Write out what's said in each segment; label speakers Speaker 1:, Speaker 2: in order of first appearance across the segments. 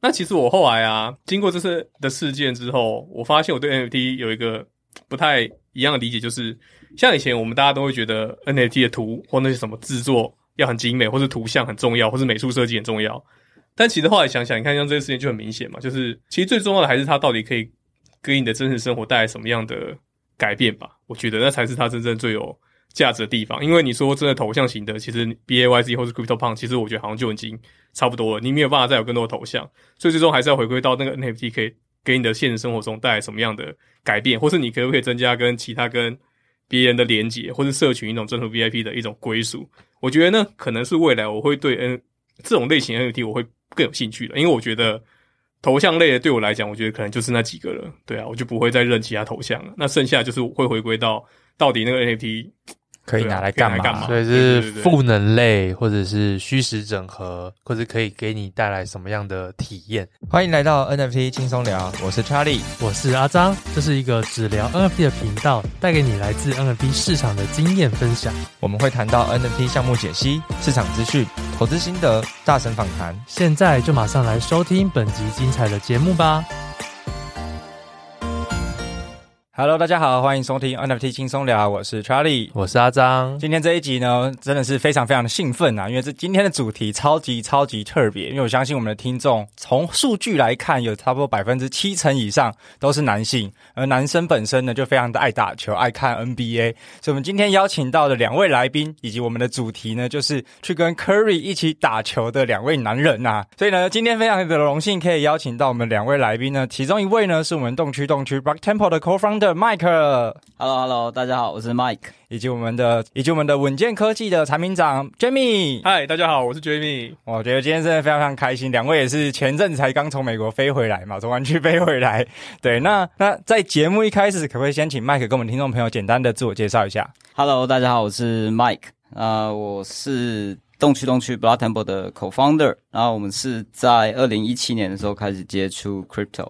Speaker 1: 那其实我后来啊，经过这次的事件之后，我发现我对 NFT 有一个不太一样的理解，就是像以前我们大家都会觉得 NFT 的图或那些什么制作要很精美，或是图像很重要，或是美术设计很重要。但其实后来想想，你看像这个事情就很明显嘛，就是其实最重要的还是它到底可以给你的真实生活带来什么样的改变吧。我觉得那才是它真正最有价值的地方。因为你说真的头像型的，其实 B A Y Z 或是 Crypto p u n k 其实我觉得好像就已经差不多了，你没有办法再有更多的头像，所以最终还是要回归到那个 NFT 可以给你的现实生活中带来什么样的改变，或是你可不可以增加跟其他跟别人的连接，或是社群一种专属 VIP 的一种归属。我觉得呢，可能是未来我会对 N 这种类型 NFT 我会更有兴趣的，因为我觉得头像类的对我来讲，我觉得可能就是那几个了。对啊，我就不会再认其他头像了。那剩下就是会回归到到底那个 NFT
Speaker 2: 可以拿来干
Speaker 1: 对啊可以拿来干
Speaker 2: 嘛？
Speaker 1: 嘛
Speaker 2: 所以
Speaker 1: 对对
Speaker 2: 是
Speaker 1: 对对
Speaker 2: 赋能类，或者是虚实整合，或者可以给你带来什么样的体验？
Speaker 3: 欢迎来到 NFT 轻松聊，我是 Charlie。
Speaker 4: 我是阿张，这是一个只聊 NFT 的频道，带给你来自 NFT 市场的经验分享。
Speaker 3: 我们会谈到 NFT 项目解析、市场资讯、投资心得、大神访谈。
Speaker 4: 现在就马上来收听本集精彩的节目吧！
Speaker 3: Hello，大家好，欢迎收听 NFT 轻松聊，我是 Charlie。
Speaker 2: 我是阿张，
Speaker 3: 今天这一集呢，真的是非常非常的兴奋啊，因为这今天的主题超级超级特别，因为我相信我们的听众从数据来看，有差不多百分之七成以上都是男性，而男生本身呢就非常的爱打球，爱看 NBA，所以我们今天邀请到的两位来宾以及我们的主题呢，就是去跟 Curry 一起打球的两位男人呐、啊所以呢，今天非常的荣幸可以邀请到我们两位来宾呢，其中一位呢是我们动区动区 Rock Temple 的 Co-founder Mike。
Speaker 5: Hello Hello，大家好，我是 Mike。
Speaker 3: 以及我们的以及我们的稳健科技的产品长 Jamie。
Speaker 1: 嗨，大家好，我是 Jamie。
Speaker 3: 我觉得今天真的非常非常开心，两位也是前阵子才刚从美国飞回来嘛，从湾区飞回来。对，那那在节目一开始，可不可以先请麦克跟我们听众朋友简单的自我介绍一下？
Speaker 5: Hello，大家好，我是 Mike。呃，我是动区动区 Blood Temple 的 co-founder。然后我们是在二零一七年的时候开始接触 crypto，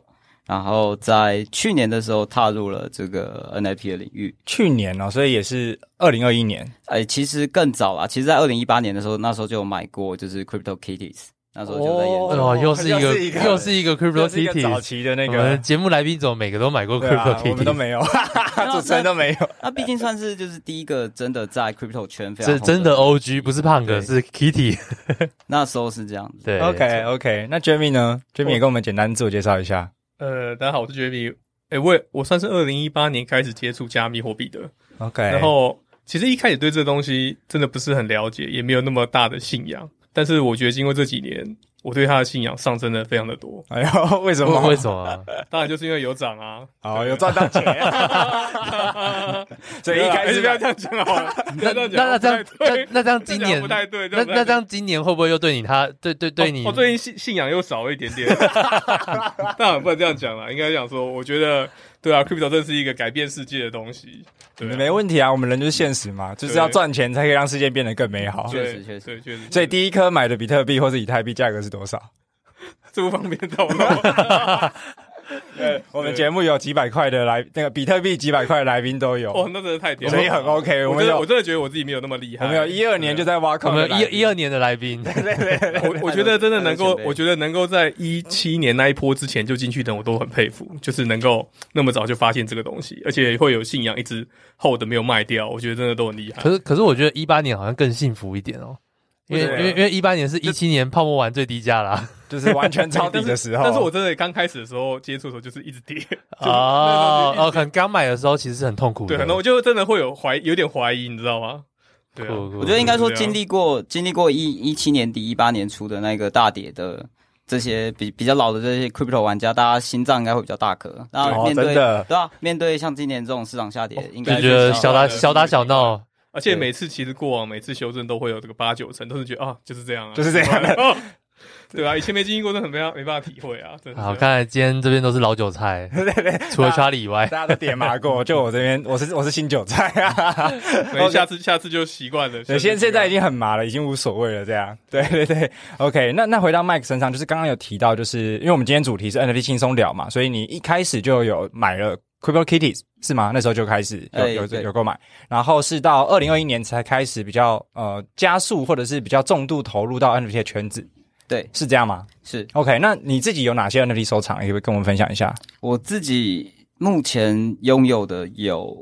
Speaker 5: 然后在去年的时候踏入了这个 NFT 的领域。
Speaker 3: 去年哦，所以也是二零二一年。
Speaker 5: 哎，其实更早啦，其实在二零一八年的时候，那时候就有买过就是 Crypto Kitties，那时候就在研究。
Speaker 3: 哦
Speaker 2: 哦，又是一
Speaker 3: 又
Speaker 2: 个
Speaker 3: 是一个
Speaker 2: 又是一个 Crypto
Speaker 3: 就是一个早
Speaker 2: Kitty。
Speaker 3: 期的那
Speaker 2: 我
Speaker 3: 个
Speaker 2: 们。节目来宾怎么每个都买过
Speaker 3: 对啊
Speaker 2: Crypto
Speaker 3: 我们都
Speaker 2: Kitty？
Speaker 3: 没有，哈哈 主持人都没有。
Speaker 5: 那毕竟算是就是第一个真的在 crypto 圈非常
Speaker 2: 这
Speaker 5: 红
Speaker 2: 真的哦 OG 不是胖哥，
Speaker 5: 对
Speaker 2: 是 Kitty。
Speaker 5: 那时候是这样子。
Speaker 2: 对
Speaker 3: OK OK，那 Jamie 呢？Jamie 也跟我们简单自我介绍一下。
Speaker 1: 呃，大家好，我是 Jamie。哎、我也我算是二零一八年开始接触加密货币的，
Speaker 3: OK，
Speaker 1: 然后其实一开始对这东西真的不是很了解，也没有那么大的信仰。但是我觉得经过这几年，我对它的信仰上升的非常的多。
Speaker 3: 哎呦，为什么？
Speaker 2: 为什么啊？
Speaker 1: 当然就是因为有涨啊，
Speaker 3: 哦，有赚到钱，所以一开始
Speaker 1: 不要这样讲好了，不要这样讲，
Speaker 2: 那那这样
Speaker 1: 不太对
Speaker 2: 那那这样今
Speaker 1: 这样
Speaker 2: 年
Speaker 1: 不太对，
Speaker 2: 那
Speaker 1: 不太
Speaker 2: 那
Speaker 1: 对
Speaker 2: 这样今年会不会又对你他对对对你
Speaker 1: 我、哦最近信信仰又少了一点点，当然不能这样讲啦，应该讲说，我觉得对啊，crypto 这是一个改变世界的东西，对啊、
Speaker 3: 没问题啊，我们人就是现实嘛，就是要赚钱才可以让世界变得更美好。
Speaker 1: 对
Speaker 5: 确实确实
Speaker 1: 对确实，
Speaker 3: 所以第一颗买的比特币或是以太币价格是多少？
Speaker 1: 这不方便透露。
Speaker 3: 对，我们节目有几百块的来，那个比特币几百块的来宾都有，
Speaker 1: 哇，哦那真的太屌了，
Speaker 3: 所以很 OK。我
Speaker 1: 我
Speaker 3: 们
Speaker 1: 真的
Speaker 3: 有
Speaker 1: 我真的觉得我自己没有那么厉害。
Speaker 3: 我们有一二年就在挖
Speaker 2: 我
Speaker 3: 坑，
Speaker 2: 们一一二年的来宾，
Speaker 1: 我我觉得真的能够
Speaker 5: 前，辈
Speaker 1: 我觉得能够在一七年那一波之前就进去的，我都很佩服，就是能够那么早就发现这个东西，而且会有信仰一直 hold 的没有卖掉，我觉得真的都很厉害
Speaker 2: 可。是可是我觉得一八年好像更幸福一点哦，因为
Speaker 1: 为什么
Speaker 2: 因为
Speaker 1: 呀
Speaker 2: 因为一八年是一七年泡沫完最低价啦，
Speaker 3: 就是完全抄底
Speaker 1: 但
Speaker 3: 的
Speaker 1: 是
Speaker 3: 时 候。
Speaker 1: 但是我真的刚开始的时候接触的时候就是一直跌， 就是
Speaker 2: 哦
Speaker 1: 那时候
Speaker 2: 哦，可能刚买的时候其实是很痛苦
Speaker 1: 对，
Speaker 2: 的，
Speaker 1: 很多我就真的会有怀有点怀疑，你知道吗？对啊、
Speaker 2: 酷酷
Speaker 5: 我觉得应该说
Speaker 1: 对啊
Speaker 5: 经历过经历过一一七年底一八年初的那个大跌的这些比比较老的这些 crypto 玩家，大家心脏应该会比较大颗。然后
Speaker 3: 哦
Speaker 5: 面对、
Speaker 3: 真的
Speaker 5: 对啊，面对像今年这种市场下跌，应该
Speaker 2: 就觉得
Speaker 5: 是
Speaker 2: 小打小打小闹，
Speaker 1: 而且每次其实过往每次修正都会有这个八九成，都是觉得啊就是这样啊，
Speaker 3: 就是这样的
Speaker 1: 哦 对啊，以前没经历过，真的很没办没办法体会啊。真的是
Speaker 2: 好，看来今天这边都是老 韭菜，除了 Charlie 以外，
Speaker 3: 大家都点麻过，就我这边，我是我是新韭菜啊。
Speaker 1: 没下次下次就习惯了。下
Speaker 3: 对，现
Speaker 1: 次就习
Speaker 3: 现在
Speaker 1: 惯
Speaker 3: 已经很麻了，已经无所谓了。这样， 对对对，OK 那。那回到 Mike 身上，就是刚刚有提到，就是因为我们今天主题是 NFT 轻松聊嘛，所以你一开始就有买了 Crypto Kitties 是吗？那时候就开始有
Speaker 5: 哎
Speaker 3: 有
Speaker 5: 对
Speaker 3: 有购买，然后是到二零二一年才开始比较呃加速或者是比较重度投入到 NFT 的圈子。
Speaker 5: 对，
Speaker 3: 是这样吗
Speaker 5: 是
Speaker 3: ？OK，那你自己有哪些 NFT 收藏？也可以跟我们分享一下。
Speaker 5: 我自己目前拥有的有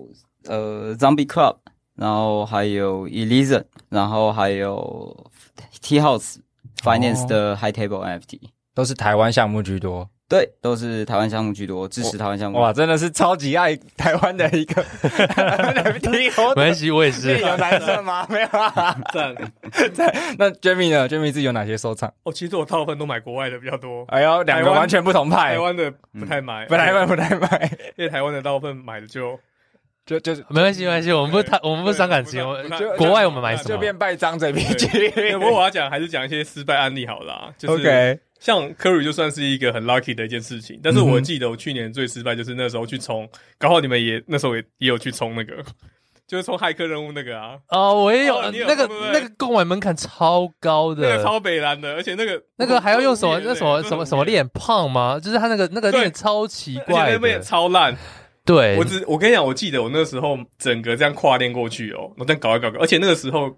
Speaker 5: 呃 Zombie Club，然后还有 Elysian，然后还有 T House Finance 的 High Table NFT，、
Speaker 3: 都是台湾项目居多，
Speaker 5: 对，都是台湾项目居多，支持台湾项目。
Speaker 3: 哇，真的是超级爱台湾的一个 NFT 活
Speaker 2: 没
Speaker 3: 动。
Speaker 2: 关系，我也是。
Speaker 3: 有男生吗？没有啊。
Speaker 1: 赞
Speaker 3: 那 Jamie 呢？Jamie 自己有哪些收藏？
Speaker 1: 哦，其实我大部分都买国外的比较多，
Speaker 3: 哎呦，两
Speaker 1: 台
Speaker 3: 个
Speaker 1: 湾
Speaker 3: 完全不同派
Speaker 1: 台，湾的不太买，
Speaker 3: 哎嗯不太卖，不太卖，
Speaker 1: 因为台湾的大部分买的就
Speaker 3: 就就是
Speaker 2: 没关系，没关系，我们不太，我们不伤感情。我
Speaker 1: 对
Speaker 3: 就
Speaker 2: 国外我们买什么
Speaker 3: 就变败张嘴皮
Speaker 1: 对
Speaker 3: 去。
Speaker 1: 不过我要讲还是讲一些失败案例好啦，就是
Speaker 3: OK，嗯
Speaker 1: 像 Curry 就算是一个很 lucky 的一件事情，但是我记得我去年最失败就是那时候去冲，刚好你们也那时候也也有去冲那个， 就是冲骇客任务那个啊，
Speaker 2: 哦，我也有
Speaker 1: 哦你有
Speaker 2: 那个
Speaker 1: 对不对
Speaker 2: 那个购买门槛超高
Speaker 1: 那个
Speaker 2: 的，
Speaker 1: 超北蓝的，而且那个
Speaker 2: 那个还要用什么那什么什么什么，
Speaker 1: 很
Speaker 2: 练胖吗？就是他那个那个
Speaker 1: 对
Speaker 2: 练超奇
Speaker 1: 无聊而且
Speaker 2: 怪
Speaker 1: 那边也
Speaker 2: 的，
Speaker 1: 超烂，
Speaker 2: 对
Speaker 1: 我，只我跟你讲，我记得我那时候整个这样跨练过去哦，我这样搞一搞搞，而且那个时候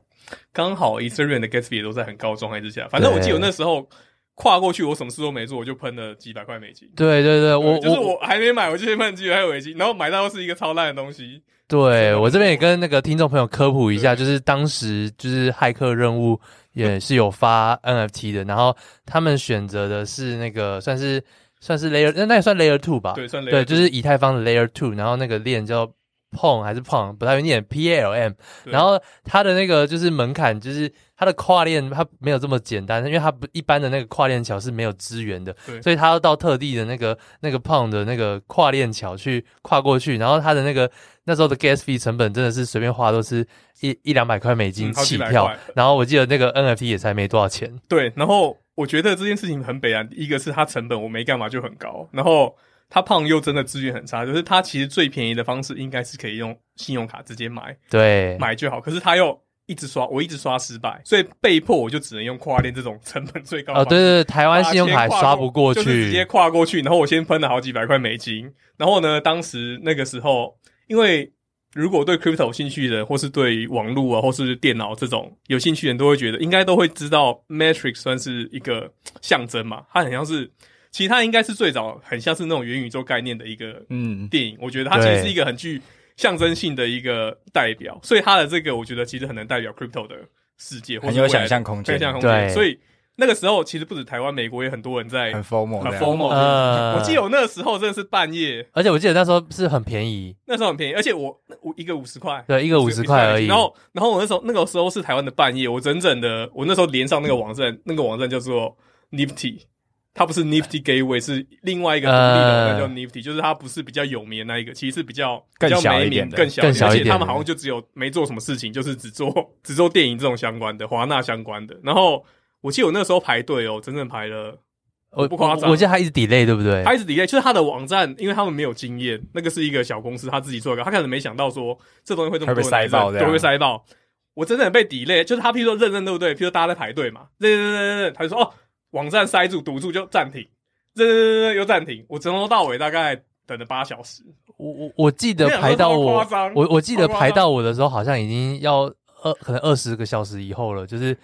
Speaker 1: 刚好 Ethereum 的 Gas 也都在很高状态之下，反正我记得我那时候跨过去，我什么事都没做，我就喷了几百块美金。
Speaker 2: 对对对，我
Speaker 1: 就是
Speaker 2: 我
Speaker 1: 我还没买，我就先喷几百块美金，然后买到是一个超烂的东西，
Speaker 2: 对我这边也跟那个听众朋友科普一下，就是当时就是骇客任务也是有发 NFT 的，然后他们选择的是那个算是算是 layer，那那也算 layer two 吧？
Speaker 1: 对，算雷
Speaker 2: 对，就是以太坊的 Layer Two，然后那个链叫 Pong 还是 Pong，不太会念 P L M，
Speaker 1: 对
Speaker 2: 然后它的那个就是门槛，就是它的跨链它没有这么简单，因为它不一般的那个跨链桥是没有资源的
Speaker 1: 对，
Speaker 2: 所以它要到特地的那个那个 Pong 的那个跨链桥去跨过去，然后它的那个那时候的 gas fee 成本真的是随便花都是一一两百块美金
Speaker 1: 嗯好几
Speaker 2: 起
Speaker 1: 百
Speaker 2: 跳
Speaker 1: 块，
Speaker 2: 然后我记得那个 NFT 也才没多少钱，
Speaker 1: 对，然后我觉得这件事情很北然，一个是它成本我没干嘛就很高，然后它胖又真的资源很差，就是它其实最便宜的方式应该是可以用信用卡直接买
Speaker 2: 对，
Speaker 1: 买就好，可是它又一直刷，我一直刷失败，所以被迫我就只能用跨链这种成本最高的
Speaker 2: 哦，
Speaker 1: 方式
Speaker 2: 对对对，台湾信用卡还刷不过
Speaker 1: 就是直接
Speaker 2: 去，
Speaker 1: 跨过去，然后我先喷了好几百块美金。然后呢，当时那个时候，因为如果对 crypto 有兴趣的人，或是对于网络啊，或是电脑这种有兴趣的人，都会觉得应该都会知道 Matrix 算是一个象征嘛，它很像是，其实它应该是最早很像是那种元宇宙概念的一个
Speaker 3: 嗯，
Speaker 1: 电影，我觉得它其实是一个很具象征性的一个代表，所以它的这个我觉得其实很能代表 crypto 的世界，或
Speaker 3: 很
Speaker 1: 是
Speaker 3: 有
Speaker 1: 未来
Speaker 3: 想象空间
Speaker 1: 很有想象空
Speaker 2: 对
Speaker 1: 间。所以那个时候其实不止台湾，美国也很多人在
Speaker 3: 很哦 formal，
Speaker 1: 很
Speaker 3: 这样
Speaker 1: formal
Speaker 2: 呃
Speaker 1: 我记得我那时候真的是半夜，
Speaker 2: 而且我记得那时候是很便宜，
Speaker 1: 那时候很便宜，而且我我一个五十块，
Speaker 2: 对，一个五十块而已。
Speaker 1: 然后，然后我那时候那个时候是台湾的半夜，我整整的，我那时候连上那个网站，那个网站叫做 Nifty，它不是 Nifty Gateway，是另外一个独立的
Speaker 2: 呃
Speaker 1: 网站叫 Nifty，就是它不是比较有名的那一个，其实是比较比
Speaker 3: 更
Speaker 1: 较
Speaker 3: 小
Speaker 1: 没
Speaker 3: 一点
Speaker 1: 名、
Speaker 3: 的
Speaker 1: 更小
Speaker 2: 更小
Speaker 1: 而
Speaker 2: 一
Speaker 1: 且
Speaker 2: 点
Speaker 1: 他
Speaker 2: 的
Speaker 1: 们好像就只有没做什么事情，就是只做只做电影这种相关的华纳相关的。然后我记得我那时候排队哦，整整排了。
Speaker 2: 我
Speaker 1: 不夸张
Speaker 2: 我记得他一直 delay，对不对？
Speaker 1: 他一直 delay，就是他的网站，因为他们没有经验，那个是一个小公司，他自己做一个，他可能没想到说这东西会这么多人来
Speaker 3: 会被塞爆
Speaker 1: 认
Speaker 3: 这
Speaker 1: 对，
Speaker 3: 样
Speaker 1: 会塞爆。我真的很被 delay，就是他譬如说认认对不对？譬如大家在排队嘛，认认认认认，他就说哦，网站塞住堵住就暂停，认认认认认又暂停，我从头到尾大概等了八小时，
Speaker 2: 我我我记得排到
Speaker 1: 那
Speaker 2: 我
Speaker 1: 很夸张
Speaker 2: 我我记得
Speaker 1: 啊很夸张
Speaker 2: 排到我的时候，好像已经要二可能二十个小时以后了，就是。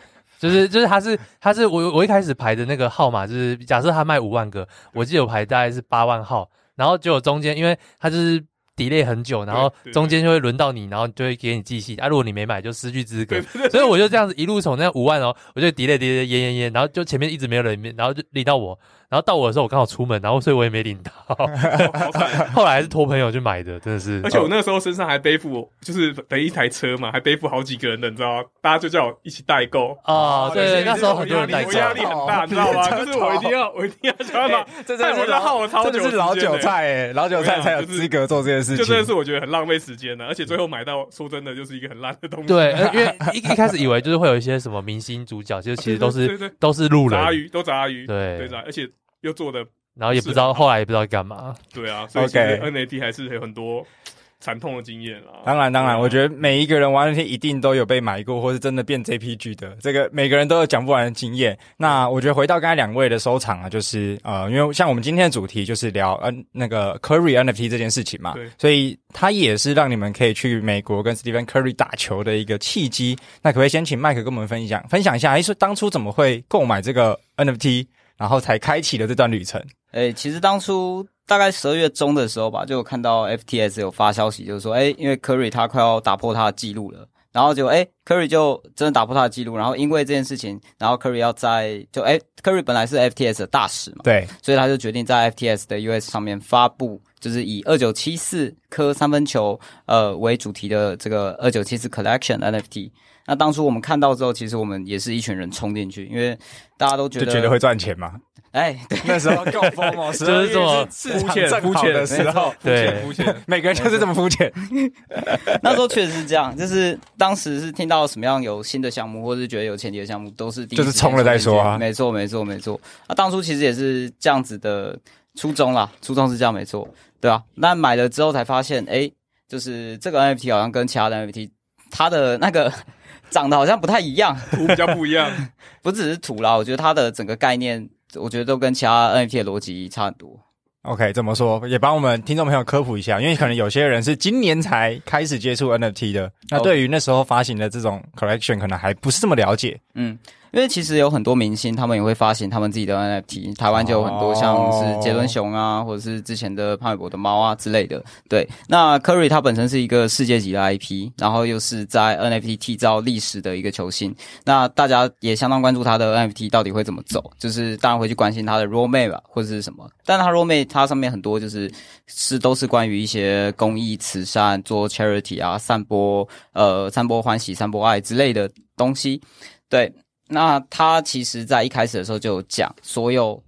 Speaker 2: 就是就是他是他是我我一开始排的那个号码，就是假设他卖五万个，我记得我排大概是八万号，然后结果中间因为他就是 delay 很久，然后
Speaker 1: 对对
Speaker 2: 中间就会轮到你，然后就会给你寄信啊，如果你没买就失去资格
Speaker 1: 对，对
Speaker 2: 所以我就这样子一路从那五万哦，我就 delay delay 延延延，然后就前面一直没有人，然后就领到我，然后到我的时候我刚好出门，然后所以我也没领到，
Speaker 1: 对， 好惨。
Speaker 2: 后来还是托朋友去买的，真的是。
Speaker 1: 而且我那时候身上还背负我，就是等一台车嘛，还背负好几个人的，你知道吗？大家就叫我一起代购。
Speaker 2: 哦，对，
Speaker 1: 所以
Speaker 2: 那时候很多
Speaker 1: 我压
Speaker 2: 人
Speaker 1: 力
Speaker 2: 代
Speaker 1: 我压力
Speaker 2: 购，
Speaker 1: 很大，你知道 吗？就是我一定要，我一定要想办法
Speaker 3: 这真的
Speaker 1: 哎
Speaker 3: 是
Speaker 1: 我在耗我超
Speaker 3: 这
Speaker 1: 久
Speaker 3: 真的是老
Speaker 1: 时间
Speaker 3: 韭
Speaker 1: 欸
Speaker 3: 菜哎，老韭菜才有
Speaker 1: 对啊就是
Speaker 3: 资格做这件事
Speaker 1: 就
Speaker 3: 情。
Speaker 1: 真的是我觉得很浪费时间啊的，而且最后买到，说真的就是一个很烂的东西。
Speaker 2: 对，呃因为一 一开始以为就是会有一些什么明星主角，其实其实都
Speaker 1: 对
Speaker 2: 是
Speaker 1: 对对
Speaker 2: 都是路
Speaker 1: 杂
Speaker 2: 人，
Speaker 1: 鱼都杂鱼，
Speaker 2: 对
Speaker 1: 对杂，啊而且又做的
Speaker 2: 然后也不知道后来也不知道干嘛。
Speaker 1: 对啊，所以其实
Speaker 3: OK
Speaker 1: NAT 还是有很多惨痛的经验啦。
Speaker 3: 当然，当然，
Speaker 1: 对啊
Speaker 3: 我觉得每一个人玩 NFT 一定都有被买过，或是真的变 JPG 的，这个每个人都有讲不完的经验。那我觉得回到刚才两位的收藏啊，就是呃，因为像我们今天的主题就是聊嗯、呃、那个 Curry NFT 这件事情嘛
Speaker 1: 对，
Speaker 3: 所以它也是让你们可以去美国跟 Stephen Curry 打球的一个契机。那可不可以先请麦克跟我们分享分享一下，哎，说当初怎么会购买这个 NFT，然后才开启了这段旅程？
Speaker 5: 诶、哎其实当初大概十二月中的时候吧，就有看到 FTS 有发消息，就是说，诶、因为 Curry 他快要打破他的记录了，然后就诶、Curry 就真的打破他的记录，然后因为这件事情，然后 Curry 要在就诶、Curry 本来是 FTS 的大使嘛，
Speaker 3: 对，
Speaker 5: 所以他就决定在 FTS 的 US 上面发布，就是以二九七四颗三分球呃为主题的这个二九七四 Collection NFT。那当初我们看到之后，其实我们也是一群人冲进去，因为大家都觉
Speaker 3: 就
Speaker 5: 得
Speaker 3: 觉得会赚钱嘛。
Speaker 5: 哎，对，
Speaker 3: 那时候够疯 哦，
Speaker 2: 就是这么
Speaker 3: 市
Speaker 1: 肤
Speaker 3: 场
Speaker 1: 浅
Speaker 3: 正
Speaker 1: 肤
Speaker 3: 好
Speaker 1: 浅
Speaker 3: 的时候，
Speaker 2: 对
Speaker 1: 肤浅，
Speaker 3: 每个人就是这么肤浅。
Speaker 5: 那时候确实是这样，就是当时是听到什么样有新的项目，或是觉得有潜力的项目，都是第一
Speaker 3: 就是
Speaker 5: 时间
Speaker 3: 冲了再说啊
Speaker 5: 冲进去没错，没错，没错。那、当初其实也是这样子的初衷啦，初衷是这样，没错，对啊。那买了之后才发现，哎、就是这个 NFT 好像跟其他的 NFT 它的那个 长得好像不太一样，
Speaker 1: 图比较不一样。
Speaker 5: 不只是图啦，我觉得它的整个概念，我觉得都跟其他 NFT 的逻辑差很多。
Speaker 3: OK，怎么说？也帮我们听众朋友科普一下，因为可能有些人是今年才开始接触 NFT 的，那对于那时候发行的这种 collection 可能还不是这么了解。
Speaker 5: 嗯，因为其实有很多明星，他们也会发行他们自己的 NFT，台湾就有很多像是杰伦熊啊，或者是之前的潘玮柏的猫啊之类的。对，那 Curry 他本身是一个世界级的 IP，然后又是在 NFT 缔造历史的一个球星，那大家也相当关注他的 NFT 到底会怎么走，就是当然会去关心他的 roadmap 吧或者是什么，但他 roadmap 它上面很多就是是都是关于一些公益慈善、做 charity 啊、散播呃散播欢喜、散播爱之类的东西。对，那他其实在一开始的时候就有讲，所有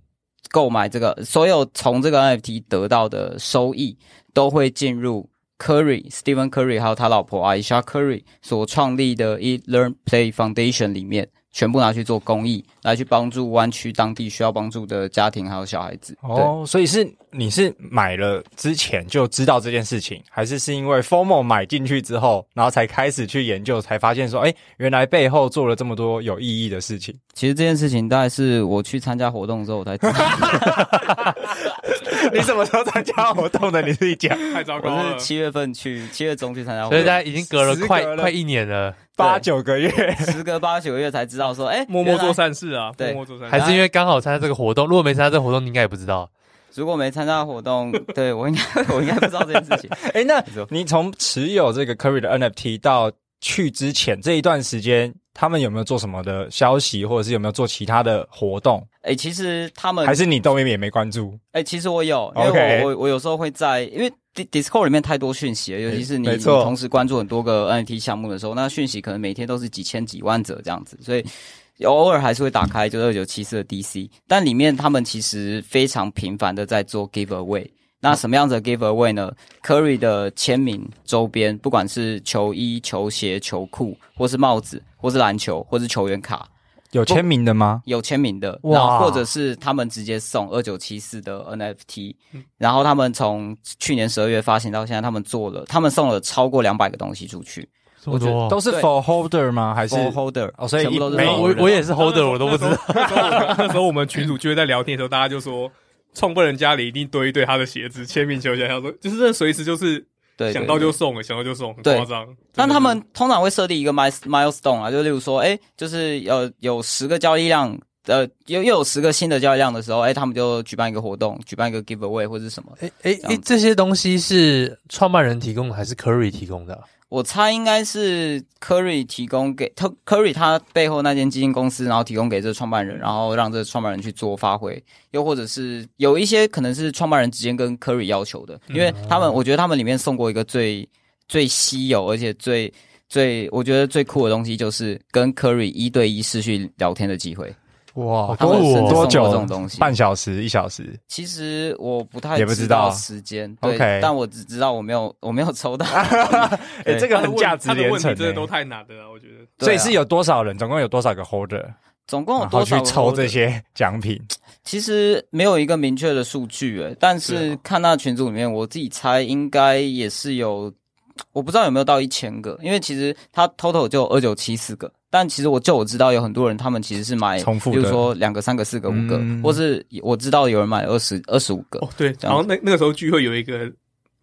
Speaker 5: 购买这个，所有从这个 NFT 得到的收益，都会进入 Curry、Stephen Curry 还有他老婆 Aisha Curry 所创立的 Eat Learn Play Foundation 里面，全部拿去做公益，来去帮助湾区当地需要帮助的家庭还有小孩子。对。
Speaker 3: 哦，所以是你是买了之前就知道这件事情，还是是因为 FOMO 买进去之后，然后才开始去研究，才发现说，哎，原来背后做了这么多有意义的事情。
Speaker 5: 其实这件事情大概是我去参加活动之后我才知道，
Speaker 3: 你什么时候参加活动的？你自己讲。
Speaker 1: 太糟糕
Speaker 5: 我
Speaker 1: 了
Speaker 5: 是。七月份去，七月中去参加活
Speaker 2: 所以大家
Speaker 5: 动，
Speaker 2: 已经隔了
Speaker 3: 时隔
Speaker 2: 快
Speaker 3: 了
Speaker 2: 快一年了，
Speaker 3: 八九个月，
Speaker 5: 时隔八九个月才知道说，哎、
Speaker 1: 默默
Speaker 5: 原来
Speaker 1: 做善事啊，
Speaker 5: 对
Speaker 1: 默默做善事。
Speaker 2: 还是因为刚好参加这个活动？如果没参加这个活动，你应该也不知道。
Speaker 5: 如果没参加活 动，对我应该 我应该不知道这件事情。
Speaker 3: 哎，那
Speaker 5: 没错
Speaker 3: 你从持有这个 Curry 的 NFT 到去之前这一段时间，他们有没有做什么的消息，或者是有没有做其他的活动？
Speaker 5: 哎、其实他们
Speaker 3: 还是你都也没关注？
Speaker 5: 哎、其实我有，因为我
Speaker 3: OK
Speaker 5: 我我有时候会在，因为 Di- Discord 里面太多讯息了，尤其是你
Speaker 3: 没
Speaker 5: 你
Speaker 3: 错
Speaker 5: 同时关注很多个 NFT 项目的时候，那讯息可能每天都是几千几万则这样子，所以偶尔还是会打开就是二九七四的 DC，但里面他们其实非常频繁的在做 giveaway。那什么样子的 giveaway 呢？Curry 的签名周边，不管是球衣、球鞋、球裤，或是帽子，或是篮球，或是球员卡，
Speaker 3: 有签名的吗？
Speaker 5: 有签名的，
Speaker 3: 哇
Speaker 5: 然后或者是他们直接送二九七四的 NFT，、然
Speaker 3: 嗯
Speaker 5: 后他们从去年十二月发行到现在，他们做了，他们送了超过两百个东西出去
Speaker 2: 这么
Speaker 5: 我觉得
Speaker 2: 多，
Speaker 3: 都是 for holder 吗？还是
Speaker 5: f holder，
Speaker 3: 哦所以
Speaker 5: 全部都是
Speaker 3: 没
Speaker 5: for
Speaker 2: 我
Speaker 5: holder
Speaker 2: 我也是 holder，我都不 知道。
Speaker 1: 那时候我们那时候我们群主就会在聊天的时候，大家就说，创办人家里一定堆一堆他的鞋子、签名球鞋，他说就是这随时就是
Speaker 5: 对，
Speaker 1: 想
Speaker 5: 对
Speaker 1: 到就
Speaker 5: 对
Speaker 1: 送，哎想到就送，很
Speaker 5: 对
Speaker 1: 夸张。
Speaker 5: 但他
Speaker 1: 真
Speaker 5: 们通常会设定一个 mile milestone 啊，就例如说，哎，就是呃有十个交易量，呃又又有十个新的交易量的时候，哎，他们就举办一个活动，举办一个 giveaway 或者是什么。
Speaker 2: 哎哎哎，这些东西是创办人提供的还是 Curry 提供的啊？
Speaker 5: 我猜应该是 Curry 提供给他 Curry 他背后那间基金公司，然后提供给这个创办人，然后让这个创办人去做发挥，又或者是有一些可能是创办人直接跟 Curry 要求的，
Speaker 3: 嗯
Speaker 5: 因为他们我觉得他们里面送过一个最最稀有而且最最我觉得最酷的东西，就是跟 Curry 一对一视讯聊天的机会。
Speaker 3: 哇，
Speaker 5: 他们
Speaker 2: 酷哦
Speaker 5: 甚至送
Speaker 3: 多
Speaker 5: 过
Speaker 3: 久
Speaker 5: 这种东西？
Speaker 3: 半小时、一小时？
Speaker 5: 其实我不太
Speaker 3: 也不知道
Speaker 5: 道时间，对
Speaker 3: OK
Speaker 5: 但我只知道我没有我没有 抽到，啊
Speaker 3: 哎，
Speaker 5: 对
Speaker 1: 的
Speaker 3: 这个很价值
Speaker 1: 他的
Speaker 3: 连
Speaker 1: 问
Speaker 3: 城
Speaker 1: 题真的
Speaker 3: 欸
Speaker 1: 都太难的了，我觉得。
Speaker 5: 对
Speaker 3: 所
Speaker 5: 啊
Speaker 3: 以是有多少人？总共有多少个 holder？
Speaker 5: 总共有
Speaker 3: 然后
Speaker 5: 多
Speaker 3: 去
Speaker 5: 少
Speaker 3: 抽
Speaker 5: 个
Speaker 3: 这些奖品。
Speaker 5: 其实没有一个明确的数据，诶，
Speaker 1: 对
Speaker 5: 但
Speaker 3: 啊
Speaker 5: 是看那群组里面，我自己猜应该也是有，我不知道有没有到一千个，因为其实他 total 就二九七四个，但其实我就我知道有很多人他们其实是买
Speaker 3: 重复的
Speaker 5: 比如说两个、三个、四个、五个，
Speaker 3: 嗯
Speaker 5: 或是我知道有人买二十二十五个，
Speaker 1: 哦，对，
Speaker 5: 这
Speaker 1: 然
Speaker 5: 样
Speaker 1: 后那那个时候聚会有一个，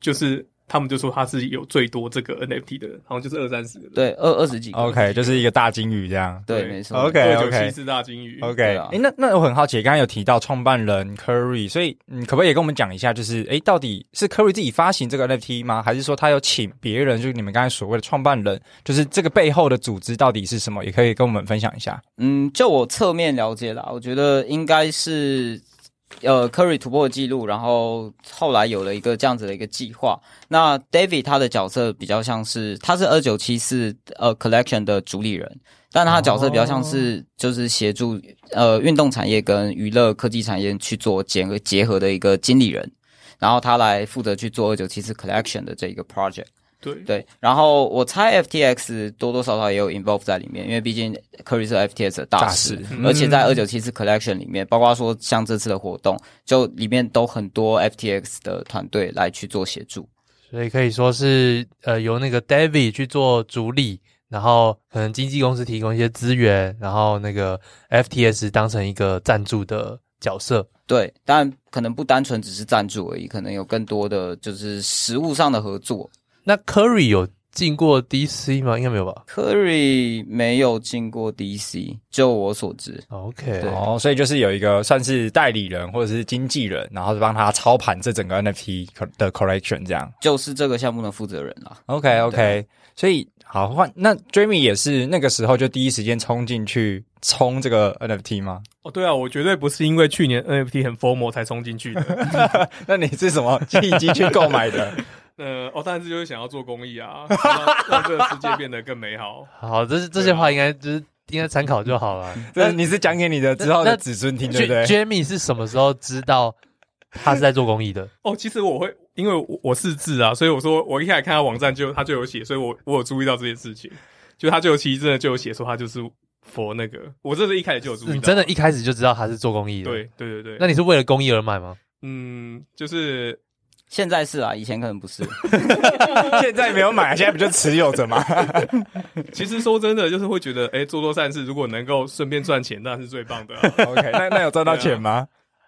Speaker 1: 就是他们就说他是有最多这个 NFT 的人，好像就是二三十个。
Speaker 5: 对，二二十几个
Speaker 3: OK，就是一个大金鱼这样。
Speaker 5: 对，
Speaker 1: 对
Speaker 5: 没错
Speaker 3: OK
Speaker 1: 二九七四大金鱼。
Speaker 3: OK，
Speaker 5: 对
Speaker 3: 哎、
Speaker 5: 啊
Speaker 3: 那那我很好奇，刚刚有提到创办人 Curry，所以你可不可以也跟我们讲一下，就是哎、到底是 Curry 自己发行这个 NFT 吗？还是说他有请别人？就是你们刚才所谓的创办人，就是这个背后的组织到底是什么？也可以跟我们分享一下。
Speaker 5: 嗯，就我侧面了解啦，我觉得应该是呃科瑞突破记录，然后后来有了一个这样子的一个计划。那 David 他的角色比较像是，他是二九七四呃 collection 的主理人，但他的角色比较像是就是协助呃运动产业跟娱乐科技产业去做结合结合的一个经理人，然后他来负责去做二九七四 collection 的这一个 project。
Speaker 1: 对
Speaker 5: 对，然后我猜 FTX 多多少少也有 involve 在里面，因为毕竟 Curry 是 FTX 的大师，
Speaker 3: 大
Speaker 5: 而且在二九七四 collection 里面，包括说像这次的活动，就里面都很多 FTX 的团队来去做协助。
Speaker 2: 所以可以说是呃由那个 David 去做主理，然后可能经纪公司提供一些资源，然后那个 FTS 当成一个赞助的角色。
Speaker 5: 对，但可能不单纯只是赞助而已，可能有更多的就是实物上的合作。
Speaker 2: 那 Curry 有进过 DC 吗？应该没有吧
Speaker 5: Curry 没有进过 DC，就我所知。
Speaker 2: ？OK，
Speaker 5: 对
Speaker 3: 哦，所以就是有一个算是代理人或者是经纪人，然后帮他操盘这整个 NFT 的 collection 这样。
Speaker 5: 就是这个项目的负责人啦。
Speaker 3: OK OK，所以好换那 Jamie 也是那个时候就第一时间冲进去冲这个 NFT 吗？
Speaker 1: 哦，对啊，我绝对不是因为去年 NFT 很 formal 才冲进去的。
Speaker 3: 那你是什么契机去购买的？
Speaker 1: 呃，哦，但是就是想要做公益啊，让让这个世界变得更美好。
Speaker 2: 好，这是这些话应该就是应该参考就好了。
Speaker 3: 这你是讲给你的之后的
Speaker 2: 那那
Speaker 3: 子孙啊听，对不对？
Speaker 2: J- Jamie 是什么时候知道他是在做公益的？
Speaker 1: 哦，其实我会，因为我我识字啊，所以我说我一开始看他网站就他就有写，所以我我有注意到这件事情，就他就其实真的就有写说他就是佛那个，我这是一开始就有注意到，
Speaker 2: 嗯
Speaker 1: 啊
Speaker 2: 你真的一开始就知道他是做公益的？
Speaker 1: 对。对对对，
Speaker 2: 那你是为了公益而买吗？
Speaker 1: 嗯，就是
Speaker 5: 现在是啦，以前可能不是。
Speaker 3: 现在没有买，现在不就持有着 吗？
Speaker 1: 其实说真的，就是会觉得，哎、做做善事，如果能够顺便赚钱，那是最棒的 啊、
Speaker 3: OK，那 那有赚到
Speaker 2: 啊
Speaker 3: 钱吗？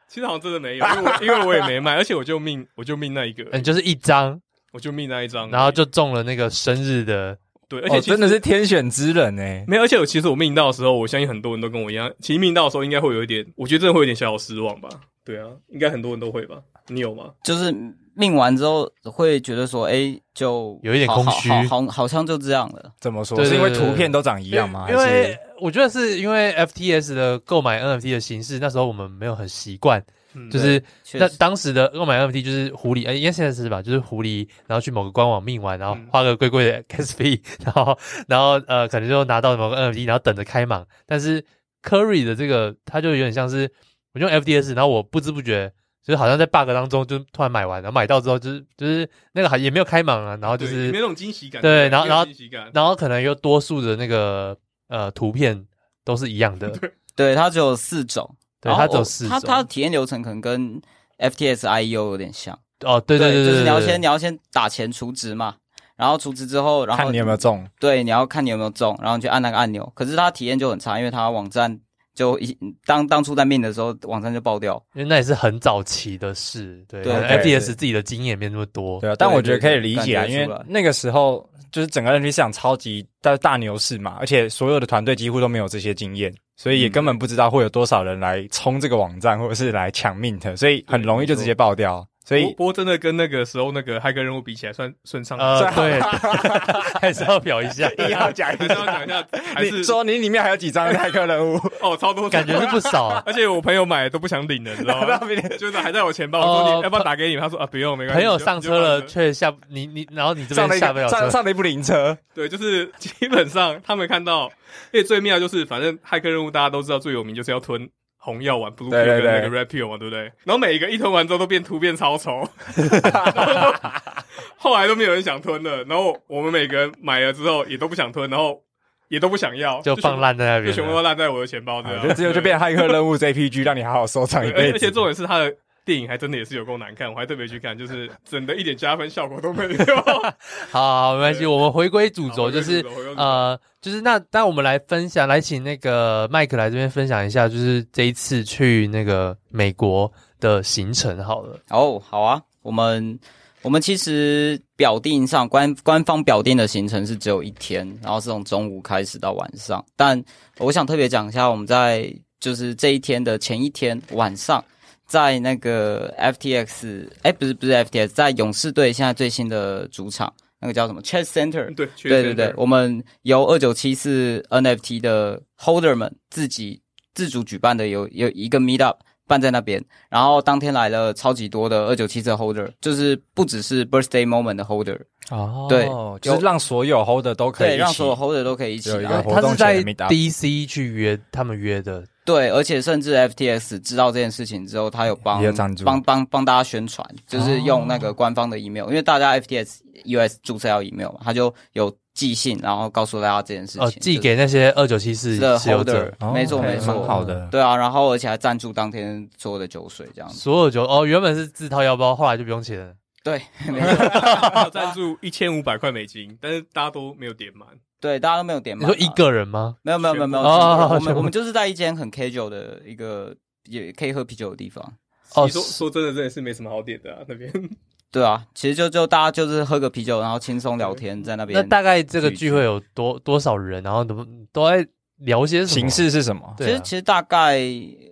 Speaker 1: 其实好像真的没有，因为我因为我也没卖，而且我就命我就命那一个而
Speaker 2: 嗯，
Speaker 1: 已，
Speaker 2: 就是一张，
Speaker 1: 我就命那一张，
Speaker 2: 然后就中了那个生日的
Speaker 1: 对，而
Speaker 3: 而
Speaker 1: 且、
Speaker 3: 哦真的是天选之人哎！
Speaker 1: 没有，而且我其实我命到的时候，我相信很多人都跟我一样，其实命到的时候应该会有一点，我觉得真的会有点小小失望吧。对啊，应该很多人都会吧？你有吗？
Speaker 5: 就是命完之后会觉得说，哎、就
Speaker 2: 有一点
Speaker 5: 好
Speaker 2: 空
Speaker 5: 好
Speaker 2: 虚
Speaker 5: 好好好像就这样了。
Speaker 3: 怎么说？
Speaker 2: 对
Speaker 3: 是
Speaker 2: 对
Speaker 3: 因为
Speaker 2: 对
Speaker 3: 图片都长一样吗？
Speaker 2: 因
Speaker 3: 还
Speaker 2: 为
Speaker 3: 是
Speaker 2: 我觉得是因为 FTS 的购买 NFT 的形式，那时候我们没有很习惯，
Speaker 1: 嗯
Speaker 2: 就是
Speaker 5: 确
Speaker 2: 那
Speaker 5: 实，
Speaker 2: 当时的购买 NFT 就是狐狸，哎，应该现在是吧？就是狐狸，然后去某个官网命完，然后
Speaker 1: 嗯
Speaker 2: 花个贵贵的 gas 费， 然后然后呃，可能就拿到某个 NFT，然后等着开盲。但是 Curry 的这个，它就有点像是我用 FTS，然后我不知不觉。就是好像在 bug 当中，就突然买完，然后买到之后，就是就是那个还也没有开盲啊，然后就
Speaker 1: 对
Speaker 2: 是
Speaker 1: 也没有那种惊喜感，
Speaker 2: 对
Speaker 1: 不
Speaker 2: 然后
Speaker 1: 没有
Speaker 2: 然后
Speaker 1: 惊喜感，
Speaker 2: 然后可能有多数的那个呃图片都是一样的，
Speaker 5: 对，它只有四种，
Speaker 2: 对，
Speaker 5: 然后
Speaker 2: 它只有
Speaker 5: 我
Speaker 2: 四
Speaker 5: 它
Speaker 2: 种。
Speaker 5: 它的体验流程可能跟 FTS IEO E 有点像。
Speaker 2: 哦，对对对，
Speaker 5: 就是
Speaker 2: 对
Speaker 5: 你要
Speaker 2: 对
Speaker 5: 先你要先打钱储值嘛，然后储值之后，然后
Speaker 3: 看你有没有中？
Speaker 5: 对，你要看你有没有中，然后你去按那个按钮。可是它体验就很差，因为它网站就一当当初在命的时候，网站就爆掉。
Speaker 2: 因为那也是很早期的事，对
Speaker 5: 对
Speaker 2: 可能
Speaker 3: 对对
Speaker 2: ，FTS 自己的经验没那么 多，
Speaker 3: 对啊，但我觉得可以理解啊，
Speaker 5: 对
Speaker 3: 因
Speaker 5: 对对
Speaker 3: 为那个时候就是整个 NFT 市场超级大大牛市嘛，而且所有的团队几乎都没有这些经验，所以也根本不知道会有多少人来冲这个网站或者是来抢 Mint，所以很容易就直接爆掉。所
Speaker 1: 不
Speaker 3: 以
Speaker 1: 过不过真的跟那个时候那个骇客任务比起来，算顺畅。
Speaker 2: 呃，对，还是要表一下，
Speaker 3: 你要讲
Speaker 1: 还
Speaker 3: 一
Speaker 1: 是要讲
Speaker 3: 下
Speaker 1: 一， 下，还
Speaker 3: 你
Speaker 1: 是
Speaker 3: 说你里面还有几张骇客人物？
Speaker 1: 哦，超多
Speaker 2: 感觉是不少啊。
Speaker 1: 而且我朋友买都不想领的，你知 道吗？就是还在我钱包，我说
Speaker 2: 哦
Speaker 1: 你要不要打给你？他说啊，不用，没关系。
Speaker 2: 朋友
Speaker 1: 你就
Speaker 2: 上车了，
Speaker 1: 你就放着
Speaker 2: 却下你你，然后你 这
Speaker 3: 上了
Speaker 2: 边
Speaker 3: 一
Speaker 2: 下不了
Speaker 3: 个上
Speaker 2: 车，
Speaker 3: 上了一部灵车，
Speaker 1: 对，就是基本上他们看到，而且最妙就是，反正骇客任务大家都知道最有名就是要吞红药丸 blue pill
Speaker 3: 对对
Speaker 1: 跟
Speaker 3: 对
Speaker 1: 那个 red pill 嘛，对不对？然后每一个一吞完之后都变突变超丑， 后来都没有人想吞了。然后我们每个人买了之后也都不想吞，然后也都不想要，
Speaker 2: 就放烂在啊那
Speaker 1: 就
Speaker 2: 边
Speaker 1: 全部都
Speaker 2: 了。
Speaker 1: 烂在我的钱包这样，
Speaker 3: 就只哎有就变骇客任务 JPG，让你好好收藏一辈
Speaker 1: 啊对而
Speaker 3: 子。
Speaker 1: 且重点是他的电影还真的也是有够难看，我还特别去看，就是整的一点加分效果都没有。
Speaker 2: 好好，好没关系，
Speaker 1: 对
Speaker 2: 我们回归 主轴，
Speaker 1: 好
Speaker 2: 就是
Speaker 1: 回归主轴回归主轴
Speaker 2: 呃，就是那那我们来分享，来请那个麦克来这边分享一下，就是这一次去那个美国的行程好了。
Speaker 5: 哦，好啊，我们我们其实表定上官官方表定的行程是只有一天，然后是从中午开始到晚上。但我想特别讲一下，我们在就是这一天的前一天晚上，在那个 FTX，哎、不是不是 FTX，在勇士队现在最新的主场，那个叫什么 Chess Center，
Speaker 1: 嗯对，确
Speaker 5: 对
Speaker 1: 实
Speaker 5: 对对，我们由二九七四 NFT 的 holder 们自己自主举办的有有一个 meet up 办在那边，然后当天来了超级多的二九七四 holder，就是不只是 birthday moment 的 holder，
Speaker 2: 哦
Speaker 5: 对
Speaker 3: 就是让所有 holder 都可以一
Speaker 5: 对，
Speaker 3: 起
Speaker 5: 让所有 holder 都可以一起
Speaker 3: 有一个
Speaker 5: 来。
Speaker 3: 活
Speaker 2: 呃他
Speaker 3: 动
Speaker 2: 是
Speaker 3: 前的
Speaker 2: 在
Speaker 3: meetup
Speaker 2: DC 去约他们约的，
Speaker 5: 对，而且甚至 FTX 知道这件事情之后，他有帮
Speaker 3: 也有赞助哦
Speaker 5: 帮帮帮大家宣传，就是用那个官方的 email，、因为大家 FTX US 注册要 email 嘛，他就有寄信，然后告诉大家这件事情，
Speaker 2: 呃，寄给那些二九七四
Speaker 5: 的
Speaker 2: 持有
Speaker 5: holder，
Speaker 2: 者，
Speaker 3: 哦
Speaker 5: 没错
Speaker 3: 还
Speaker 5: 没错
Speaker 3: 蛮，好的。
Speaker 5: 对啊，然后而且还赞助当天所有的酒水这样子。
Speaker 2: 所有酒哦，原本是自掏腰包，后来就不用钱了。
Speaker 5: 对，没错，
Speaker 1: 还有赞助一千五百块美金，但是大家都没有点满，
Speaker 5: 对，大家都没有点
Speaker 2: 你
Speaker 5: 满。啊
Speaker 2: 说一？个人吗？
Speaker 5: 没有没有没有没有，
Speaker 2: 全部哦
Speaker 5: 我
Speaker 2: 全
Speaker 5: 们
Speaker 2: 部
Speaker 5: 我们就是在一间很 casual 的一个也可以喝啤酒的地方。
Speaker 2: 哦
Speaker 1: 你说
Speaker 2: 是
Speaker 1: 说真的，真的是没什么好点的啊，那边
Speaker 5: 对啊，其实就就大家就是喝个啤酒，然后轻松聊天，在那边。
Speaker 2: 那大概这个
Speaker 5: 聚
Speaker 2: 聚会有多多少人？然后怎么都在聊些什么？
Speaker 3: 形式是什么？
Speaker 5: 其
Speaker 2: 对
Speaker 5: 实
Speaker 2: 啊
Speaker 5: 其实大概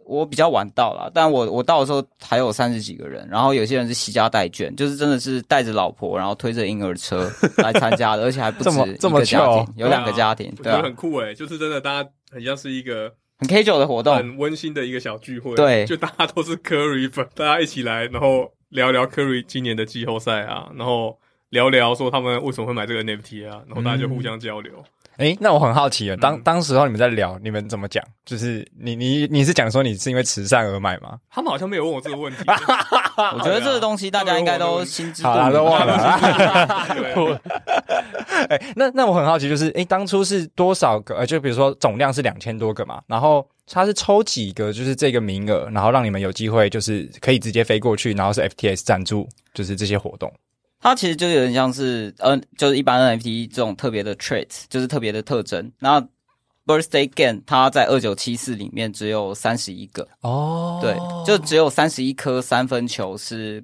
Speaker 5: 我比较晚到了，但我我到的时候还有三十几个人，然后有些人是携家带眷，就是真的是带着老婆，然后推着婴儿车来参加的，而且还不止
Speaker 3: 这么
Speaker 5: 一个
Speaker 3: 这么
Speaker 5: 家
Speaker 3: 巧
Speaker 5: 庭，有两个家庭，
Speaker 1: 我觉
Speaker 5: 对
Speaker 1: 得
Speaker 5: 啊，
Speaker 1: 很酷哎，就是真的，大家很像是一个
Speaker 5: 很 casual 的活动，
Speaker 1: 很温馨的一个小聚会，
Speaker 5: 对
Speaker 1: 就大家都是 Curry 粉，大家一起来，然后聊聊 Curry 今年的季后赛啊，然后聊聊说他们为什么会买这个 NFT 啊，然后大家就互相交流。
Speaker 5: 嗯
Speaker 3: 诶，那我很好奇啊，当当时候你们在聊，你们怎么讲？就是你你你是讲说你是因为慈善而买吗？
Speaker 1: 他们好像没有问我这个问题，
Speaker 5: 我觉得这个 东西大家应该都心知肚
Speaker 3: 好啦，
Speaker 5: 明，
Speaker 3: 都忘了 啊。
Speaker 1: 对，啊
Speaker 3: 哎、那那我很好奇，就是哎、诶当初是多少个？呃，就比如说总量是两千多个嘛，然后它是抽几个，就是这个名额，然后让你们有机会，就是可以直接飞过去，然后是 FTS 赞助，就是这些活动。
Speaker 5: 它其实就有点像是嗯，就是一般 NFT 这种特别的 trait，就是特别的特征。那 Birthday Gain 它在二九七四里面只有三十一个，
Speaker 2: 哦，
Speaker 5: 对，就只有三十一颗三分球是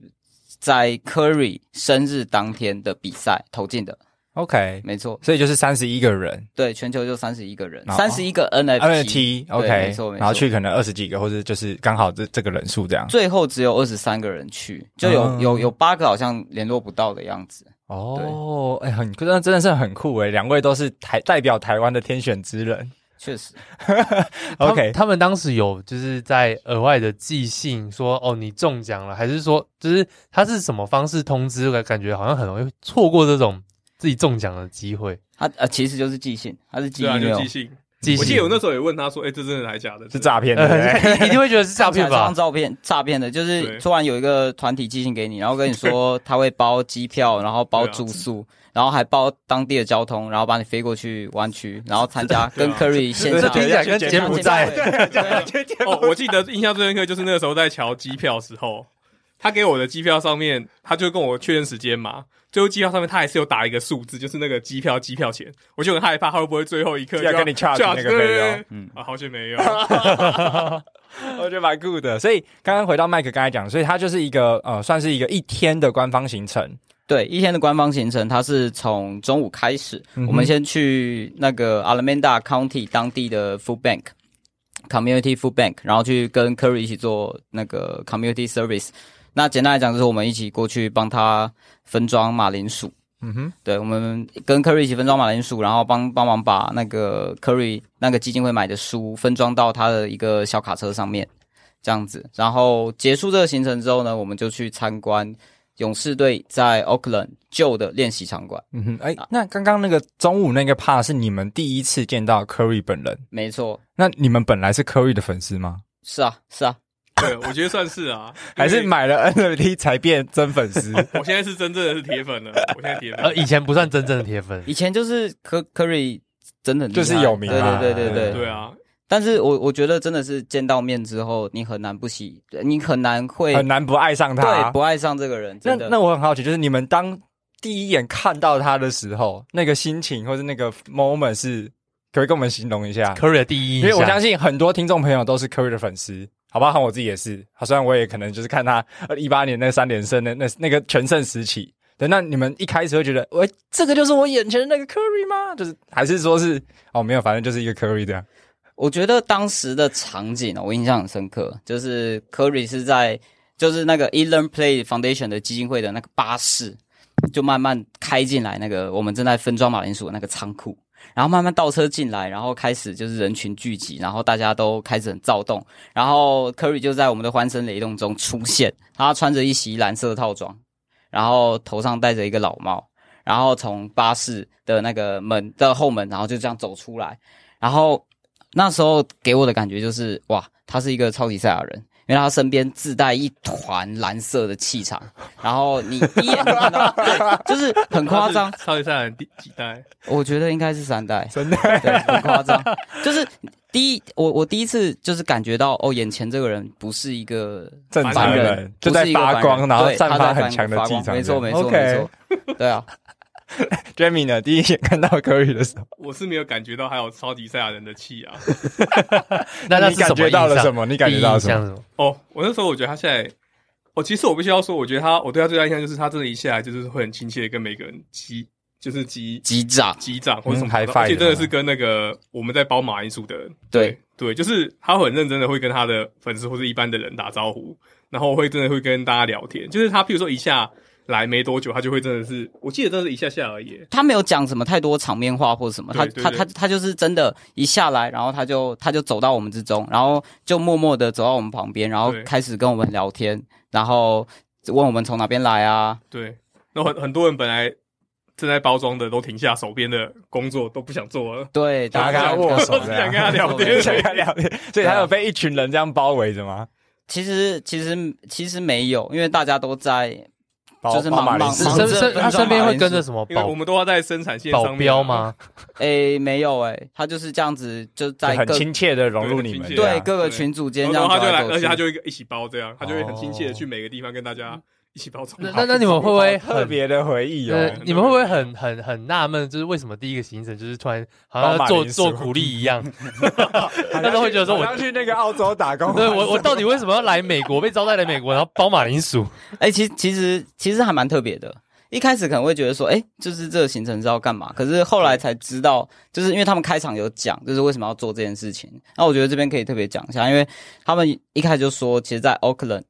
Speaker 5: 在 Curry 生日当天的比赛投进的，
Speaker 3: OK，
Speaker 5: 没错，
Speaker 3: 所以就是三十一个人
Speaker 5: 对，全球就三十一个人，
Speaker 3: 然后哦
Speaker 5: 三十一个 NFT，,
Speaker 3: NFT
Speaker 5: 对
Speaker 3: OK，
Speaker 5: 没错没错，
Speaker 3: 然后去可能二十几个，或者就是刚好这这个人数这样。
Speaker 5: 最后只有二十三个人去，就有、
Speaker 3: 嗯
Speaker 5: 有有八个好像联络不到的样子。
Speaker 3: 哦，哎、很真的真的是很酷哎，两位都是台代表台湾的天选之人。
Speaker 5: 确实，
Speaker 2: 他们
Speaker 3: OK，
Speaker 2: 他们当时有就是在额外的寄信说哦你中奖了，还是说就是他是什么方式通知？感感觉好像很容易错过这种自己中奖的机 会。
Speaker 5: 它呃其实就是寄信，它是寄
Speaker 1: 对啊，就
Speaker 5: email，
Speaker 1: 即兴。
Speaker 2: 寄
Speaker 1: 我记
Speaker 2: 信
Speaker 1: 得我那时候也问他说：“哎、这真的还假的？”
Speaker 3: 是诈骗的。对不对
Speaker 2: 呃，你一定会觉得是诈骗吧
Speaker 5: 上？照片诈骗的，就
Speaker 1: 对
Speaker 5: 是突然有一个团体寄信给你，然后跟你说他会包机票，然后包
Speaker 1: 对啊
Speaker 5: 住宿，然后还包当地的交通，然后把你飞过去湾区，然后参加跟 Curry 线
Speaker 2: 这
Speaker 5: 上
Speaker 2: 听起来跟
Speaker 5: 线上
Speaker 2: 柬埔寨
Speaker 5: 见面会对
Speaker 1: 哦，我记得印象最深刻就是那个时候在瞧机票的时候，他给我的机票上面，他就跟我确认时间嘛。最后机票上面他还是有打一个数字，就是那个机票机票钱，我就很害怕他会不会最后一刻就
Speaker 3: 要跟你 charge 那个
Speaker 1: 对对对
Speaker 3: 费用嗯
Speaker 1: 啊，好险没有。
Speaker 3: 我觉得蛮酷的。所以刚刚回到麦克刚才讲，所以它就是一个呃，算是一个一天的官方行程。
Speaker 5: 对，一天的官方行程，它是从中午开始，我们先去那个 Alameda County 当地的 Food Bank。Community Food Bank，然后去跟 Curry 一起做那个 Community Service。那简单来讲，就是我们一起过去帮他分装马铃薯。
Speaker 3: 嗯哼，
Speaker 5: 对，我们跟 Curry 一起分装马铃薯，然后帮帮忙把那个 Curry 那个基金会买的书分装到他的一个小卡车上面，这样子。然后结束这个行程之后呢，我们就去参观勇士队在 Oakland 旧的练习场馆。
Speaker 3: 嗯哼，
Speaker 5: 啊
Speaker 3: 哎、那刚刚那个中午那个 part 是你们第一次见到 Curry 本人，
Speaker 5: 没错，
Speaker 3: 那你们本来是 Curry 的粉丝吗？
Speaker 5: 是啊，是啊，
Speaker 1: 对，我觉得算是啊，
Speaker 3: 还是
Speaker 1: 因为
Speaker 3: 买了 NFT 才变真粉丝？
Speaker 1: 我现在
Speaker 5: 呃
Speaker 1: 是真正的是铁粉了，我现在铁粉。
Speaker 2: 呃，以前不算真正的铁粉，
Speaker 5: 以前就是 Cur- Curry 真的很厉害
Speaker 3: 就是有名
Speaker 5: 对
Speaker 3: 嘛
Speaker 5: 对对对对。
Speaker 1: 对啊，
Speaker 5: 但是我我觉得真的是见到面之后，你很难不喜，你很难会
Speaker 3: 很难不爱上他啊
Speaker 5: 对。不爱上这个人。
Speaker 3: 那
Speaker 5: 真的
Speaker 3: 那我很好奇，就是你们当第一眼看到他的时候，那个心情或是那个 moment 是，可不可以跟我们形容一下？
Speaker 2: Curry 的第一印
Speaker 3: 因
Speaker 2: 象，
Speaker 3: 为我相信很多听众朋友都是 Curry 的粉丝，好不好？我自己也是，好虽然我也可能就是看他一八年那三连胜那那那个全盛时期。对，那你们一开始会觉得，喂，这个就是我眼前的那个 Curry 吗？就是还是说是哦，没有，反正就是一个 Curry 这样。
Speaker 5: 我觉得当时的场景哦，我印象很深刻，就是 Curry 是在就是那个 e l e a r n Play Foundation 的基金会的那个巴士，就慢慢开进来那个我们正在分装马铃薯的那个仓库，然后慢慢倒车进来，然后开始就是人群聚集，然后大家都开始很躁动，然后 Curry 就在我们的欢声雷动中出现，他穿着一袭蓝色的套装，然后头上戴着一个老帽，然后从巴士的那个门的后门，然后就这样走出来，然后。那时候给我的感觉就是，哇，他是一个超级赛亚人，因为他身边自带一团蓝色的气场，然后你一眼就看到， 对就是很夸张。
Speaker 1: 他是超级赛亚人第几代？
Speaker 5: 我觉得应该是三代，真的，对，很夸张。就是第一，我我第一次就是感觉到，哦，眼前这个人不是一个
Speaker 3: 正
Speaker 1: 凡
Speaker 3: 常
Speaker 5: 人
Speaker 3: 人，就在
Speaker 5: 不是一个凡
Speaker 3: 发
Speaker 5: 人
Speaker 3: 光，然后
Speaker 5: 对
Speaker 3: 散
Speaker 5: 他
Speaker 3: 发
Speaker 5: 在
Speaker 3: 很强的
Speaker 5: 发
Speaker 3: 气
Speaker 5: 光
Speaker 3: 场。
Speaker 5: 没错，没错，没
Speaker 3: OK
Speaker 5: 错，对啊，
Speaker 3: Jamie 呢，第一眼看到 Curry 的时候，
Speaker 1: 我是没有感觉到还有超级赛亚人的气啊。
Speaker 2: 那那
Speaker 3: 你
Speaker 2: 是什
Speaker 3: 感
Speaker 2: 么
Speaker 3: 觉到了
Speaker 2: 印象
Speaker 3: 什么？你感觉到了
Speaker 2: 第
Speaker 3: 什
Speaker 2: 一印
Speaker 3: 么？
Speaker 2: 象是什么？
Speaker 1: 哦，我那时候我觉得他现在，哦，其实我必须要说，我觉得他，我对他最大印象就是他真的一下来就是会很亲切，跟每个人击，就是击
Speaker 5: 击掌，
Speaker 1: 击掌或者什么
Speaker 3: 嗯
Speaker 1: 的，
Speaker 3: high five
Speaker 1: 而且真的是跟那个我们在包马铃薯的人，
Speaker 5: 对
Speaker 1: 对，就是他很认真的会跟他的粉丝或者一般的人打招呼，然后会真的会跟大家聊天，就是他譬如说一下来没多久，他就会真的是，我记得真的是一下下而已。
Speaker 5: 他没有讲什么太多场面话或者什么，他
Speaker 1: 对对
Speaker 5: 他
Speaker 1: 对
Speaker 5: 他他就是真的，一下来，然后他就他就走到我们之中，然后就默默的走到我们旁边，然后
Speaker 1: 对
Speaker 5: 开始跟我们聊天，然后问我们从哪边来啊，
Speaker 1: 对，然后很很多人本来正在包装的都停下手边的工作，都不想做了，
Speaker 5: 对，
Speaker 3: 大家
Speaker 5: 然后
Speaker 3: 跟他握手
Speaker 1: 都只想跟他聊
Speaker 5: 对
Speaker 1: 天。
Speaker 3: 想跟他聊天，啊所以他有被一群人这样包围着吗？
Speaker 5: 其实其实其实没有，因为大家都在
Speaker 3: 包
Speaker 5: 就是
Speaker 3: 包马
Speaker 5: 忙
Speaker 3: 铃
Speaker 5: 忙
Speaker 3: 薯
Speaker 5: 忙
Speaker 2: 身
Speaker 5: 着
Speaker 2: 身他
Speaker 5: 分装
Speaker 2: 身边
Speaker 5: 马
Speaker 2: 会
Speaker 5: 铃
Speaker 2: 跟着
Speaker 5: 薯
Speaker 2: 什么
Speaker 1: 因为我
Speaker 2: 保
Speaker 1: 们都要在生产线上
Speaker 2: 保
Speaker 1: 面
Speaker 2: 镖
Speaker 1: 啊
Speaker 2: 吗？
Speaker 5: 诶哎没有诶，他就是这样子就在
Speaker 3: 就很
Speaker 5: 各
Speaker 3: 亲切的融入
Speaker 1: 对
Speaker 3: 你们，
Speaker 1: 亲切啊
Speaker 3: 这
Speaker 5: 对
Speaker 3: 样
Speaker 5: 各个
Speaker 1: 对
Speaker 5: 群组间这
Speaker 1: 然后
Speaker 5: 样
Speaker 1: 他
Speaker 5: 走
Speaker 1: 就
Speaker 5: 来
Speaker 1: 来，
Speaker 5: 走
Speaker 1: 而且他
Speaker 5: 去。
Speaker 1: 就会一起包这样，他就会很亲切的
Speaker 3: 哦
Speaker 1: 去每个地方跟大家一起包装。
Speaker 2: 那那那你们会不会很
Speaker 3: 特？别的回忆
Speaker 2: 呃
Speaker 3: 哦，。
Speaker 2: 你们会不会很很很纳闷，就是为什么第一个行程就是突然好像
Speaker 3: 包
Speaker 2: 要
Speaker 3: 马
Speaker 2: 做
Speaker 3: 铃薯
Speaker 2: 做苦力一样？但是会觉得说
Speaker 3: 我
Speaker 2: 我
Speaker 3: 要去那个澳洲打工，
Speaker 2: 对我我到底为什么要来美国？被招待来美国，然后包马铃 薯？
Speaker 5: 哎、其实其实其实还蛮特别的。一开始可能会觉得说，哎、就是这个行程是要干嘛？可是后来才知道，就是因为他们开场有讲，就是为什么要做这件事情。那我觉得这边可以特别讲一下，因为他们一开始就说，其实，在奥克兰，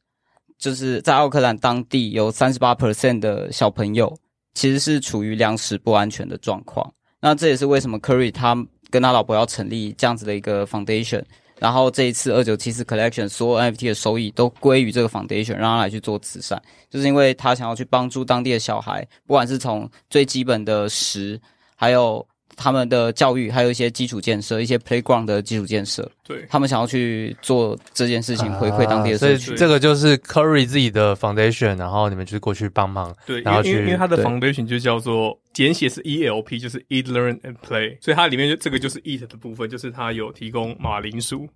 Speaker 5: 就是在奥克兰当地有三十八 percent 的小朋友其实是处于粮食不安全的状况。那这也是为什么 Curry 他跟他老婆要成立这样子的一个 foundation，然后这一次二九七四 collection 所有 NFT 的收益都归于这个 foundation，让他来去做慈善。就是因为他想要去帮助当地的小孩，不管是从最基本的食，还有他们的教育，还有一些基础建设，一些 playground 的基础建设，
Speaker 1: 对，
Speaker 5: 他们想要去做这件事情，回馈当地的
Speaker 2: 啊所
Speaker 5: 社
Speaker 2: 以
Speaker 5: 区。
Speaker 1: 区
Speaker 2: 这个就是 Curry 自己的 foundation，然后你们就是过去帮忙。
Speaker 1: 对，因
Speaker 2: 然后
Speaker 1: 为因为
Speaker 2: 去
Speaker 1: 因为它的
Speaker 2: 对
Speaker 1: foundation 就叫做简写是 ELP，就是 Eat Learn and Play，所以它里面就这个就是 Eat 的部分，就是它有提供马铃薯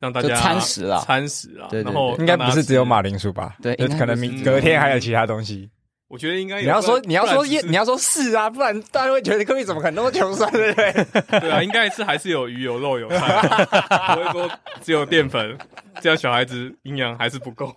Speaker 1: 让大家
Speaker 5: 就餐食啦
Speaker 1: 餐食啊，
Speaker 5: 对对
Speaker 1: 然后
Speaker 3: 应该不是只有马
Speaker 1: 铃，
Speaker 3: 铃薯吧？
Speaker 5: 对
Speaker 3: 就
Speaker 5: 应该
Speaker 3: 可能
Speaker 5: 不是
Speaker 3: 明
Speaker 1: 只有
Speaker 3: 隔天还有其他东西。
Speaker 1: 我觉得应该有
Speaker 3: 你要
Speaker 1: 不
Speaker 3: 说
Speaker 1: 然
Speaker 3: 你要
Speaker 1: 嗯不然
Speaker 3: 说
Speaker 1: 只
Speaker 3: 耶，
Speaker 1: 是
Speaker 3: 你要说是啊，不然大家会觉得科比怎么可能那么穷酸，对不对？
Speaker 1: 对啊，应该是还是有鱼有肉有菜啊，不会说只有淀粉，这样小孩子营养还是不够，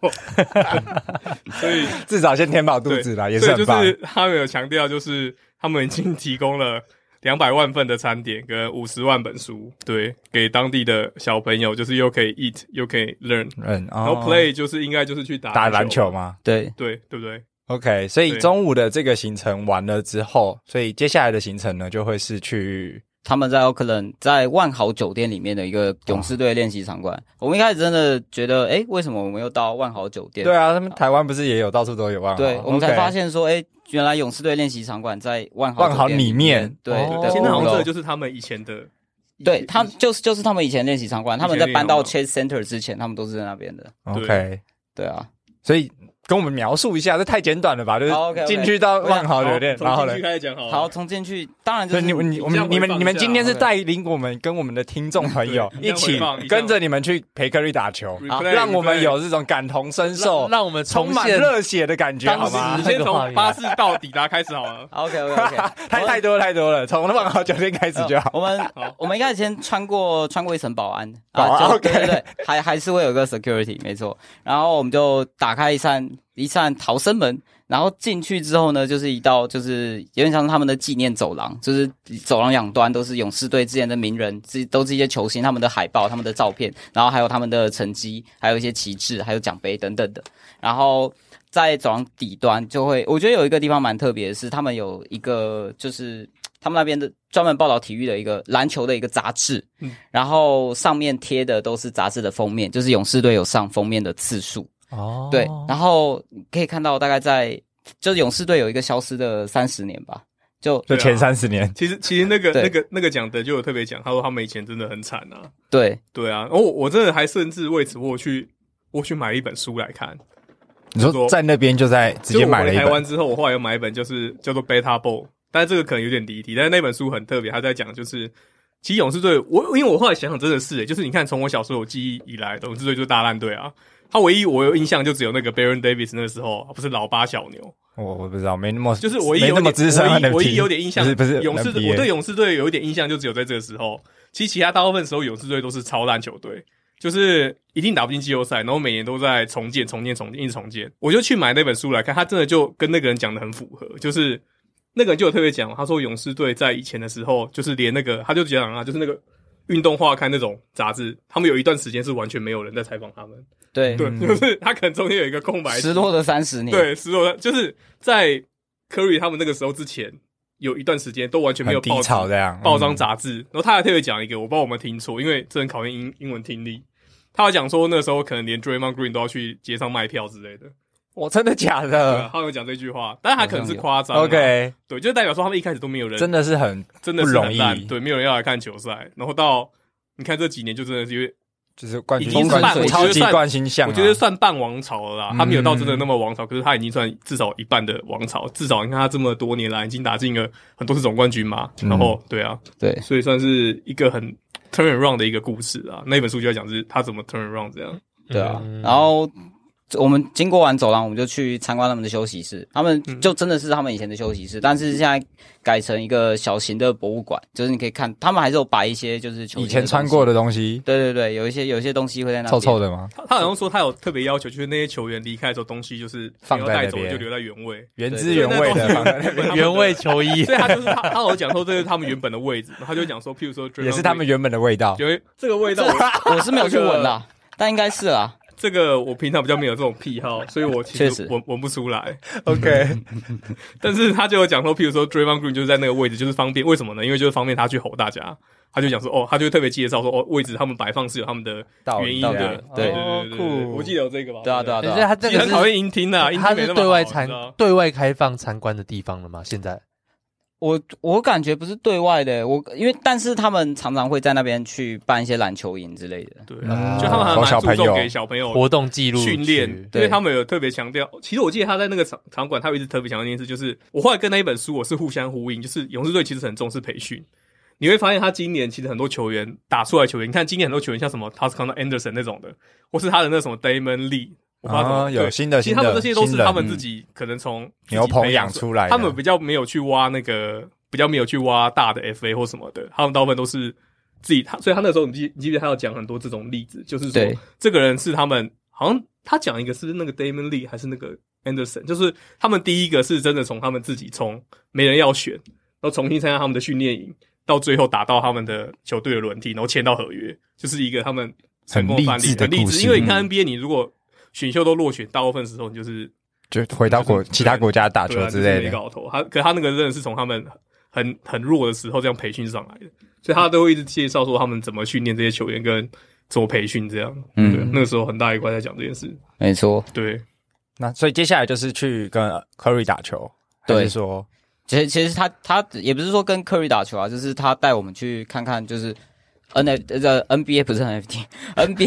Speaker 1: 所以
Speaker 3: 至少先填饱肚
Speaker 1: 对，
Speaker 3: 子啦，也是
Speaker 1: 所以
Speaker 3: 很
Speaker 1: 就
Speaker 3: 棒。
Speaker 1: 是他们有强调，就是他们已经提供了两百万份的餐点跟五十万本书，对，给当地的小朋友，就是又可以 eat 又可以 learn，
Speaker 3: 嗯，然
Speaker 1: 然后 play 就是应该就是去打
Speaker 3: 打篮球，吗
Speaker 5: 对，
Speaker 1: 对对不对？
Speaker 3: ？OK，所以
Speaker 1: 对
Speaker 3: 中午的这个行程完了之后，所以接下来的行程呢，就会是去
Speaker 5: 他们在奥克兰在万豪酒店里面的一个勇士队练习场馆。我们一开始真的觉得，哎、为什么我们又到万豪酒店？
Speaker 3: 对啊，他们台湾不是也有，到处都有万豪，
Speaker 5: 对，我们才
Speaker 3: OK
Speaker 5: 发。现说，哎、原来勇士队练习场馆在万豪
Speaker 3: 万豪
Speaker 5: 酒店
Speaker 3: 里面
Speaker 5: 对，
Speaker 2: 哦
Speaker 5: 对
Speaker 1: 现在好像这
Speaker 5: 五
Speaker 1: 个
Speaker 5: 楼
Speaker 1: 就是他们以前的，
Speaker 5: 对他就是就是他们以前练习场馆，他们在搬到
Speaker 1: 以前
Speaker 5: Chase Center 之前，他们都是在那边的。
Speaker 1: 对
Speaker 3: OK，
Speaker 5: 对啊，
Speaker 3: 所以跟我们描述一下？这太简短了吧？就是
Speaker 5: 好，OK，OK
Speaker 3: 进去到
Speaker 5: 我想
Speaker 3: 万豪酒店，哦然后
Speaker 1: 从
Speaker 3: 呢
Speaker 1: 进去？开始讲好了。
Speaker 5: 好，，从进去，当然就
Speaker 3: 所
Speaker 5: 是
Speaker 3: 以你们你
Speaker 1: 这
Speaker 3: 我们
Speaker 1: 样
Speaker 3: 你
Speaker 1: 回放一下
Speaker 3: 们你们今天是
Speaker 5: OK
Speaker 3: 带领我们跟我们的听众朋友
Speaker 1: 对
Speaker 3: 一起
Speaker 1: 这样回放一下
Speaker 3: 跟着你们去培克瑞打球，
Speaker 5: 好。
Speaker 1: Replay，
Speaker 3: 让我们
Speaker 1: replay
Speaker 3: 有这种感同身受、
Speaker 2: 让我们重
Speaker 3: 充满
Speaker 2: 现
Speaker 3: 热血的感觉，
Speaker 2: 当
Speaker 3: 好吗
Speaker 1: 你
Speaker 2: 时？
Speaker 1: 先从巴士到抵达开始好了
Speaker 5: OK OK OK，
Speaker 3: 太太多太多了，从万豪酒店开始就好。
Speaker 5: 我们我们一开始先穿过穿过一层保安，啊
Speaker 3: 保安
Speaker 5: 就
Speaker 3: OK
Speaker 5: 对对对，还还是会有一个 security，没错。然后我们就打开一扇一扇逃生门，然后进去之后呢，就是一道就是有点像是他们的纪念走廊，就是走廊两端都是勇士队之前的名人，是都是一些球星他们的海报、他们的照片，然后还有他们的成绩，还有一些旗帜，还有奖杯等等的。然后在走廊底端就会，我觉得有一个地方蛮特别的是，他们有一个就是他们那边的专门报道体育的一个篮球的一个杂志，
Speaker 1: 嗯
Speaker 5: 然后上面贴的都是杂志的封面，就是勇士队有上封面的次数，
Speaker 2: 哦，
Speaker 5: 对，然后你可以看到大概在就是勇士队有一个消失的三十年吧，就
Speaker 3: 就
Speaker 1: 对啊
Speaker 3: 前三十年，
Speaker 1: 其实其实那个
Speaker 5: 对
Speaker 1: 那个那个讲的就有特别讲，他说他们以前真的很惨啊，
Speaker 5: 对，
Speaker 1: 对啊，哦，我真的还甚至为此我去我去买了一本书来看，没
Speaker 3: 你说
Speaker 1: 错
Speaker 3: 在那边就在直
Speaker 1: 就
Speaker 3: 接
Speaker 1: 我
Speaker 3: 买
Speaker 1: 回
Speaker 3: 了一
Speaker 1: 台
Speaker 3: 本
Speaker 1: 湾之后，我后来又买一本，就是叫做《Beta Ball》，但是这个可能有点离题。但是那本书很特别，他在讲就是，其实勇士队，我因为我后来想想真的是、欸，就是你看从我小时候有记忆以来，勇士队就是大烂队啊。他唯一我有印象就只有那个 Baron Davis 那个时候，不是老八小牛，
Speaker 3: 我我不知道，没那么
Speaker 1: 就是我一
Speaker 3: 没
Speaker 1: 有
Speaker 3: 那么
Speaker 1: 点
Speaker 3: 资深啊，
Speaker 1: 唯一唯一
Speaker 3: NFT
Speaker 1: 有点印象，
Speaker 3: 不是不是
Speaker 1: 勇士队，
Speaker 3: NBA
Speaker 1: 我对勇士队有一点印象就只有在这个时候，其实其他大部分时候勇士队都是超烂球队，就是一定打不进季后赛，然后每年都在重建、重建、重建，一直重建。我就去买那本书来看，他真的就跟那个人讲的很符合，就是那个人就有特别讲，他说勇士队在以前的时候，就是连那个他就讲啊，就是那个。运动画刊那种杂志，他们有一段时间是完全没有人在采访他们，
Speaker 5: 对，
Speaker 1: 对，就是他可能中间有一个空白期
Speaker 5: 失落的三十年，
Speaker 1: 对，失落的就是在 Curry 他们那个时候之前，有一段时间都完全没有
Speaker 3: 很
Speaker 1: 报
Speaker 3: 低
Speaker 1: 纸
Speaker 3: 潮这样，
Speaker 1: 报章
Speaker 3: 嗯
Speaker 1: 杂志。然后他还特别讲一个，我不知道我们听错，因为这很考验英英文听力。他有讲说那时候可能连 Draymond Green 都要去街上卖票之类的，
Speaker 3: 我真的假
Speaker 1: 对啊
Speaker 3: 的
Speaker 1: 他有讲这句话，但是他可能是夸张啊。
Speaker 3: ？OK，
Speaker 1: 对，就代表说他们一开始都没有人
Speaker 3: 真的是很
Speaker 1: 真的是
Speaker 3: 不
Speaker 1: 很
Speaker 3: 容易
Speaker 1: 烂对，没有人要来看球赛。然后到你看这几年就真的是因为
Speaker 3: 就是冠
Speaker 1: 已
Speaker 3: 军
Speaker 1: 经
Speaker 5: 是
Speaker 3: 冠
Speaker 5: 半
Speaker 3: 军
Speaker 5: 我觉得
Speaker 3: 超级
Speaker 1: 算
Speaker 3: 冠军相啊，嗯
Speaker 1: 我觉得算半王朝了啦，他没有到真的那么王朝，可是他已经算至少一半的王朝，至少你看他这么多年来已经打进了很多次总冠军嘛，
Speaker 3: 嗯
Speaker 1: 然后对啊，
Speaker 5: 对
Speaker 1: 所以算是一个很 turn around 的一个故事啊。那本书就在讲是他怎么 turn around 这样，
Speaker 5: 对啊
Speaker 2: 嗯，
Speaker 5: 然后我们经过完走廊，我们就去参观他们的休息室。他们
Speaker 3: 嗯
Speaker 5: 就真的是他们以前的休息室，但是现在改成一个小型的博物馆，就是你可以看，他们还是有摆一些就是球
Speaker 3: 以前穿过
Speaker 5: 的
Speaker 3: 的东西
Speaker 5: 东西。，对对对，有一些有一些东西会在那
Speaker 3: 臭臭
Speaker 5: 的，
Speaker 3: 的吗？
Speaker 1: 他他好像说他有特别要求，就是那些球员离开的时候东西就是
Speaker 3: 放
Speaker 1: 不
Speaker 3: 在
Speaker 1: 要带
Speaker 3: 那
Speaker 1: 走
Speaker 3: 边
Speaker 1: 就留在原位，
Speaker 3: 原汁原味的放在那边，
Speaker 1: 对
Speaker 2: 原味球衣
Speaker 1: 所以他就是他他有讲说这是他们原本的位置，然后他就讲说，譬如说 Draymond
Speaker 3: 也是他们
Speaker 1: Green，
Speaker 3: 原本的味道。
Speaker 1: 因为这个味道我。
Speaker 5: 我是没有 去闻啦，但应该是啦。
Speaker 1: 这个我平常比较没有这种癖好，所以我其
Speaker 5: 确
Speaker 1: 实
Speaker 5: 实
Speaker 1: 闻闻不出来。
Speaker 3: OK，
Speaker 1: 但是他就有讲说，譬如说 Draymond Green 就是在那个位置，就是方便。为什么呢？因为就是方便他去吼大家。他就讲说，哦，他就特别介绍说，哦，位置他们摆放是有他们的
Speaker 3: 道
Speaker 1: 原
Speaker 3: 理
Speaker 1: 因
Speaker 5: 道
Speaker 1: 的
Speaker 5: 理。
Speaker 1: 对
Speaker 3: 哦
Speaker 5: 对
Speaker 1: 对对对对，
Speaker 3: 酷，
Speaker 1: 我记得有这个吧？
Speaker 5: 对啊对啊对
Speaker 2: 可
Speaker 5: 啊
Speaker 2: 是，他这
Speaker 1: 其实
Speaker 2: 个
Speaker 1: 很讨
Speaker 2: 是
Speaker 1: 厌音听啊，音
Speaker 2: 他
Speaker 1: 听没
Speaker 2: 是
Speaker 1: 那么好
Speaker 2: 对外
Speaker 1: 你
Speaker 2: 参
Speaker 1: 知道
Speaker 2: 对外开放参观的地方了吗？现在
Speaker 5: 我我感觉不是对外的，我因为但是他们常常会在那边去办一些篮球营之类的。
Speaker 1: 对
Speaker 2: 嗯
Speaker 1: 啊，就他们还
Speaker 3: 搞小
Speaker 1: 蛮
Speaker 3: 朋
Speaker 1: 注重
Speaker 3: 友
Speaker 1: 给小朋友
Speaker 2: 活动记录
Speaker 1: 训练
Speaker 2: 区，
Speaker 1: 因
Speaker 5: 对
Speaker 1: 为他们有特别强调。其实我记得他在那个场场馆，他有一直特别强调一件事，就是我后来跟那一本书我是互相呼应，就是勇士队其实很重视培训。你会发现，他今年其实很多球员打出来的球员，你看今年很多球员像什么 t a s c a n Anderson 那种的，或是他的那什么 Damon Lee，我不知道怎么、
Speaker 3: 啊，有
Speaker 1: 对
Speaker 3: 新的，
Speaker 1: 其实
Speaker 3: 新
Speaker 1: 他
Speaker 3: 的，
Speaker 1: 们这些都是
Speaker 3: 新的嗯
Speaker 1: 他们自己可能从自己
Speaker 3: 牛棚
Speaker 1: 培
Speaker 3: 养
Speaker 1: 出
Speaker 3: 出来的，
Speaker 1: 他们比较没有去挖那个，比较没有去挖大的 FA 或什么的，他们大部分都是自己。他所以他那时候你记你记不记得他有讲很多这种例子，就是说
Speaker 5: 对
Speaker 1: 这个人是他们好像他讲一个是那个 Damon Lee 还是那个 Anderson，就是他们第一个是真的从他们自己从没人要选，然后重新参加他们的训练营，到最后打到他们的球队的轮替，然后签到合约，就是一个他们成功范例
Speaker 3: 很励志的
Speaker 1: 很励
Speaker 3: 故
Speaker 1: 志。
Speaker 3: 事嗯
Speaker 1: 因为你看 NBA，你如果选秀都落选，大部分时候你就是
Speaker 3: 就回到国
Speaker 1: 就是
Speaker 3: 其他国家打
Speaker 1: 对
Speaker 3: 球
Speaker 1: 啊，
Speaker 3: 之
Speaker 1: 就是
Speaker 3: 类
Speaker 1: 没
Speaker 3: 的。
Speaker 1: 搞头。他可他那个真的是从他们很很弱的时候这样培训上来的，所以他都会一直介绍说他们怎么训练这些球员跟怎么培训这样。
Speaker 5: 嗯
Speaker 1: 对，那个时候很大一块在讲这件事。
Speaker 5: 没错，
Speaker 1: 对，
Speaker 3: 那所以接下来就是去跟 Curry 打球，还
Speaker 5: 对
Speaker 3: 是说
Speaker 5: 其实其实他他也不是说跟科瑞打球啊，就是他带我们去看看，就是 N F 这个 N B A 不是 N F T，N B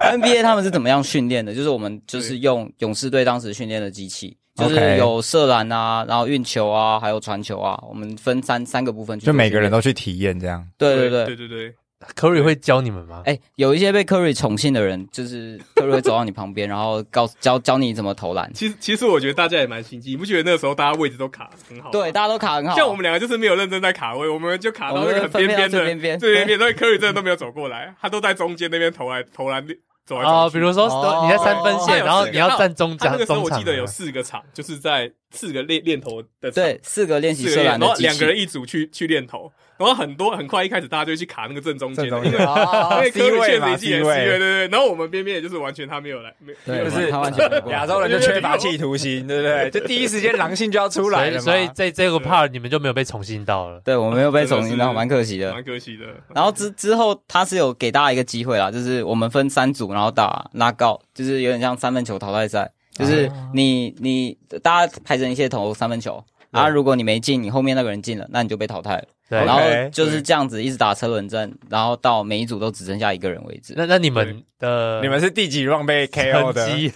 Speaker 5: N B A 他们是怎么样训练的？就是我们就是用勇士队当时训练的机器，就是
Speaker 3: OK
Speaker 5: 有射篮啊，然后运球啊，还有传球啊，我们分三三个部分去
Speaker 3: 就
Speaker 5: 做训练。
Speaker 3: 每个人都去体验这样。
Speaker 5: 对对
Speaker 1: 对
Speaker 5: 对。
Speaker 1: 对对，
Speaker 2: Curry 会教你们吗？
Speaker 5: 哎、有一些被 Curry 宠幸的人，就是 Curry 会走到你旁边，然后告诉教教你怎么投篮。
Speaker 1: 其实其实我觉得大家也蛮心机，你不觉得那时候大家位置都卡得很好吗？
Speaker 5: 对，大家都卡很好。
Speaker 1: 像我们两个就是没有认真在卡位，我们就卡到那个很
Speaker 5: 我们分配到
Speaker 1: 边的
Speaker 5: 最边边
Speaker 1: 最边边，所以科宇真的都没有走过来，他都在中间那边投来投篮走来
Speaker 2: 哦，
Speaker 1: 走去。
Speaker 2: 比如说
Speaker 5: 哦
Speaker 2: 你在三分
Speaker 1: 他有
Speaker 2: 线，
Speaker 1: 四个
Speaker 2: 然后你要站中
Speaker 1: 他
Speaker 2: 场
Speaker 1: 那个，时候
Speaker 2: 中
Speaker 1: 我
Speaker 2: 场
Speaker 1: 记得有
Speaker 2: 的
Speaker 1: 四个场，就是在四个练练投的场
Speaker 5: 对四个练习
Speaker 1: 四个
Speaker 5: 射
Speaker 1: 练，然
Speaker 5: 篮的
Speaker 1: 后
Speaker 5: 机器，
Speaker 1: 两个人一组去去练投，然后很多很快一开始大家就去卡那个正中间的，
Speaker 3: 正中
Speaker 1: 因
Speaker 3: 间
Speaker 1: 为因
Speaker 5: 哦
Speaker 1: 为科
Speaker 3: C
Speaker 1: 宇
Speaker 3: 啊位
Speaker 1: 确
Speaker 3: 嘛
Speaker 1: 实进
Speaker 3: ，C
Speaker 1: 了 C
Speaker 3: 位
Speaker 1: 位，对对对。然后我们边边也就是完全他没有来，没没
Speaker 5: 对
Speaker 1: 有
Speaker 3: 就
Speaker 1: 来
Speaker 3: 是
Speaker 5: 他完全不过来
Speaker 3: 亚洲人就缺乏企图心，对不对？就第一时间狼性就要出
Speaker 2: 所
Speaker 3: 来了
Speaker 2: 以
Speaker 3: 嘛
Speaker 2: 所以这这个 part 你们就没有被宠幸到了。
Speaker 5: 对我们没有被宠幸
Speaker 1: 真的
Speaker 5: 到，
Speaker 1: 是
Speaker 5: 蛮可惜的
Speaker 1: 蛮。可惜的。
Speaker 5: 然后之之后，他是有给大家一个机会啦，就是我们分三组，然后打拉高，就是有点像三分球淘汰赛，就是你你大家排成一些投三分球，然后如果你没进，你后面那个人进了，那你就被淘汰了。
Speaker 2: 对，
Speaker 3: OK
Speaker 5: 然后就是这样子一直打车轮战，然后到每一组都只剩下一个人为止。
Speaker 2: 那那你们的
Speaker 3: 你们是第几 round 被 KO
Speaker 2: 成
Speaker 3: 的？
Speaker 2: 绩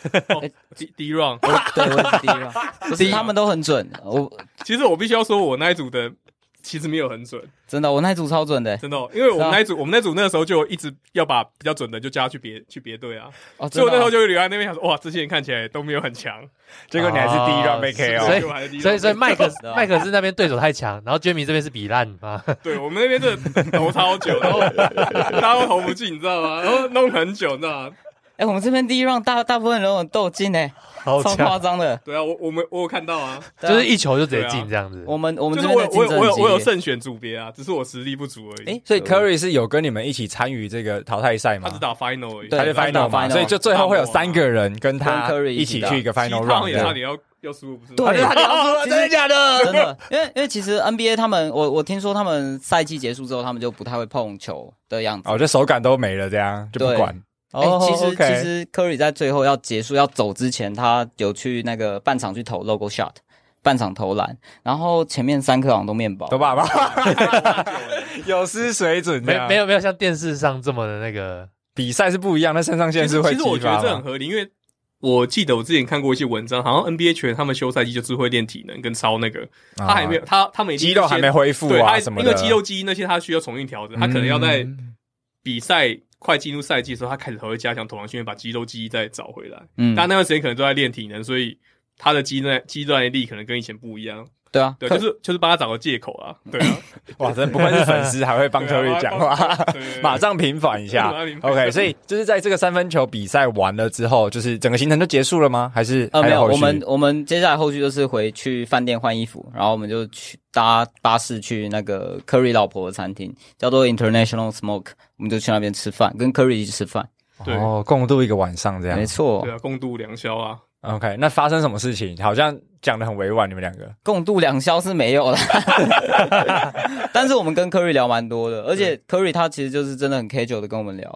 Speaker 1: 第第一 round，
Speaker 5: 我对，我也是第一个， 不是他们都很准，我
Speaker 1: 其实我必须要说，我那一组的其实没有很准。
Speaker 5: 真的我那一组超准的
Speaker 1: 真的、哦，因为我们
Speaker 5: 是啊
Speaker 1: 那一组，我们那组那时候就一直要把比较准的就加去别去别队啊，所
Speaker 5: 哦，
Speaker 1: 以
Speaker 5: 真
Speaker 1: 我那时
Speaker 5: 的
Speaker 1: 候
Speaker 5: 哦
Speaker 1: 就留在那边想说，哇，这些人看起来都没有很强，
Speaker 3: 结果你还是第一 round 被
Speaker 2: 哦
Speaker 1: 是
Speaker 3: KO。
Speaker 2: 所
Speaker 1: 我还是第
Speaker 2: 以
Speaker 1: 一
Speaker 2: 所以所以麦克
Speaker 5: 对啊
Speaker 2: 麦克是那边对手太强，然后 Jamie 这边是比烂啊，
Speaker 1: 对我们那边这投超久，然后 大家都投不进，你知道吗？然后弄很久，你知道吗？
Speaker 5: 哎，我们这边第一让大大部分人都有斗进哎，
Speaker 2: 好
Speaker 5: 超夸张的，
Speaker 1: 对啊，我我们我有看到啊，
Speaker 5: 对啊
Speaker 2: 就是一球就直接进这样子。
Speaker 5: 我们我们
Speaker 1: 就
Speaker 5: 这
Speaker 1: 是
Speaker 5: 边
Speaker 1: 我
Speaker 5: 的
Speaker 1: 有
Speaker 5: 竞
Speaker 1: 我有我有
Speaker 5: 争很激
Speaker 1: 我有
Speaker 5: 烈。
Speaker 1: 胜选组别啊，只是我实力不足而已
Speaker 5: 诶。
Speaker 3: 所以 Curry 是有跟你们一起参与这个淘汰赛
Speaker 1: 他
Speaker 3: 吗
Speaker 1: 只？打 final 而已，
Speaker 5: 对
Speaker 3: 他是
Speaker 5: 他是打
Speaker 3: final 嘛，
Speaker 5: final
Speaker 3: 所以就最后会有三个人跟他
Speaker 5: 跟 Curry
Speaker 3: 一
Speaker 5: 一起
Speaker 3: 起
Speaker 5: 打
Speaker 3: 去一个
Speaker 1: 其实他
Speaker 3: final
Speaker 1: 们
Speaker 3: round
Speaker 1: 也
Speaker 3: 这
Speaker 1: 差
Speaker 3: 样。
Speaker 1: 点要要输，不是吗？
Speaker 5: 对
Speaker 3: 啊，就是他聊输了，真的假的？
Speaker 5: 真的，因为因为其实 NBA 他们，我我听说他们赛季结束之后，他们就不太会碰球的样子。
Speaker 3: 哦，就手感都没了，这样就不
Speaker 5: 对
Speaker 3: 管。
Speaker 5: 哎、
Speaker 3: 哦
Speaker 5: 其实、
Speaker 3: OK
Speaker 5: 其实 Curry 在最后要结束要走之前，他有去那个半场去投 logo shot，半场投篮，然后前面三颗好像都面包，
Speaker 3: 懂吧？吧， 有失水准这
Speaker 2: 没
Speaker 1: 啊
Speaker 3: 样，
Speaker 2: 没有没有像电视上这么的那个，
Speaker 3: 比赛是不一样，那肾上腺
Speaker 1: 其
Speaker 3: 是
Speaker 1: 实
Speaker 3: 会
Speaker 1: 其实我
Speaker 3: 激
Speaker 1: 觉得
Speaker 3: 发
Speaker 1: 这很
Speaker 3: 嘛。
Speaker 1: 合理，因为我记得我之前看过一些文章，好像 NBA 球员他们休赛季就是会练体能跟操那个，
Speaker 3: 啊
Speaker 1: 他还没有他他们已经
Speaker 3: 肌肉还没恢复
Speaker 1: 对
Speaker 3: 啊
Speaker 1: 他
Speaker 3: 什么
Speaker 1: 因
Speaker 3: 的，
Speaker 1: 为肌肉记忆那些他需要重新调整，他可能要在比赛快进入赛季的时候，他开始才会加强投篮训练，把肌肉记忆再找回来。
Speaker 5: 嗯
Speaker 1: 但，那段时间可能都在练体能，所以他的肌耐肌耐力可能跟以前不一样。
Speaker 5: 对啊，
Speaker 1: 对，就是就是帮他找个借口啊，对啊，
Speaker 3: 哇，真的不愧是粉丝，还会帮科
Speaker 1: 对
Speaker 3: 瑞
Speaker 1: 啊
Speaker 3: 讲话
Speaker 1: 帮对对，对
Speaker 3: 马上平反一下
Speaker 1: 马上平。反
Speaker 3: OK，所以就是在这个三分球比赛完了之后，就是整个行程就结束了吗？还是
Speaker 5: 呃，
Speaker 3: 还
Speaker 5: 没有，
Speaker 3: 后续
Speaker 5: 我们我们接下来后续就是回去饭店换衣服，然后我们就去搭巴士去那个 Curry 老婆的餐厅，叫做 International Smoke，我们就去那边吃饭，跟 Curry 一起吃饭。
Speaker 1: 对
Speaker 3: 哦，共度一个晚上这样
Speaker 5: 没。错
Speaker 1: 对，啊，共度良宵啊，
Speaker 3: OK，那发生什么事情？好像讲的很委婉，你们两
Speaker 1: 啊
Speaker 3: 个
Speaker 5: 共度良宵是 没有啦，但是我们跟 Curry 聊蛮多的，而且 Curry 他其实就是真的很 casual 的跟我们聊。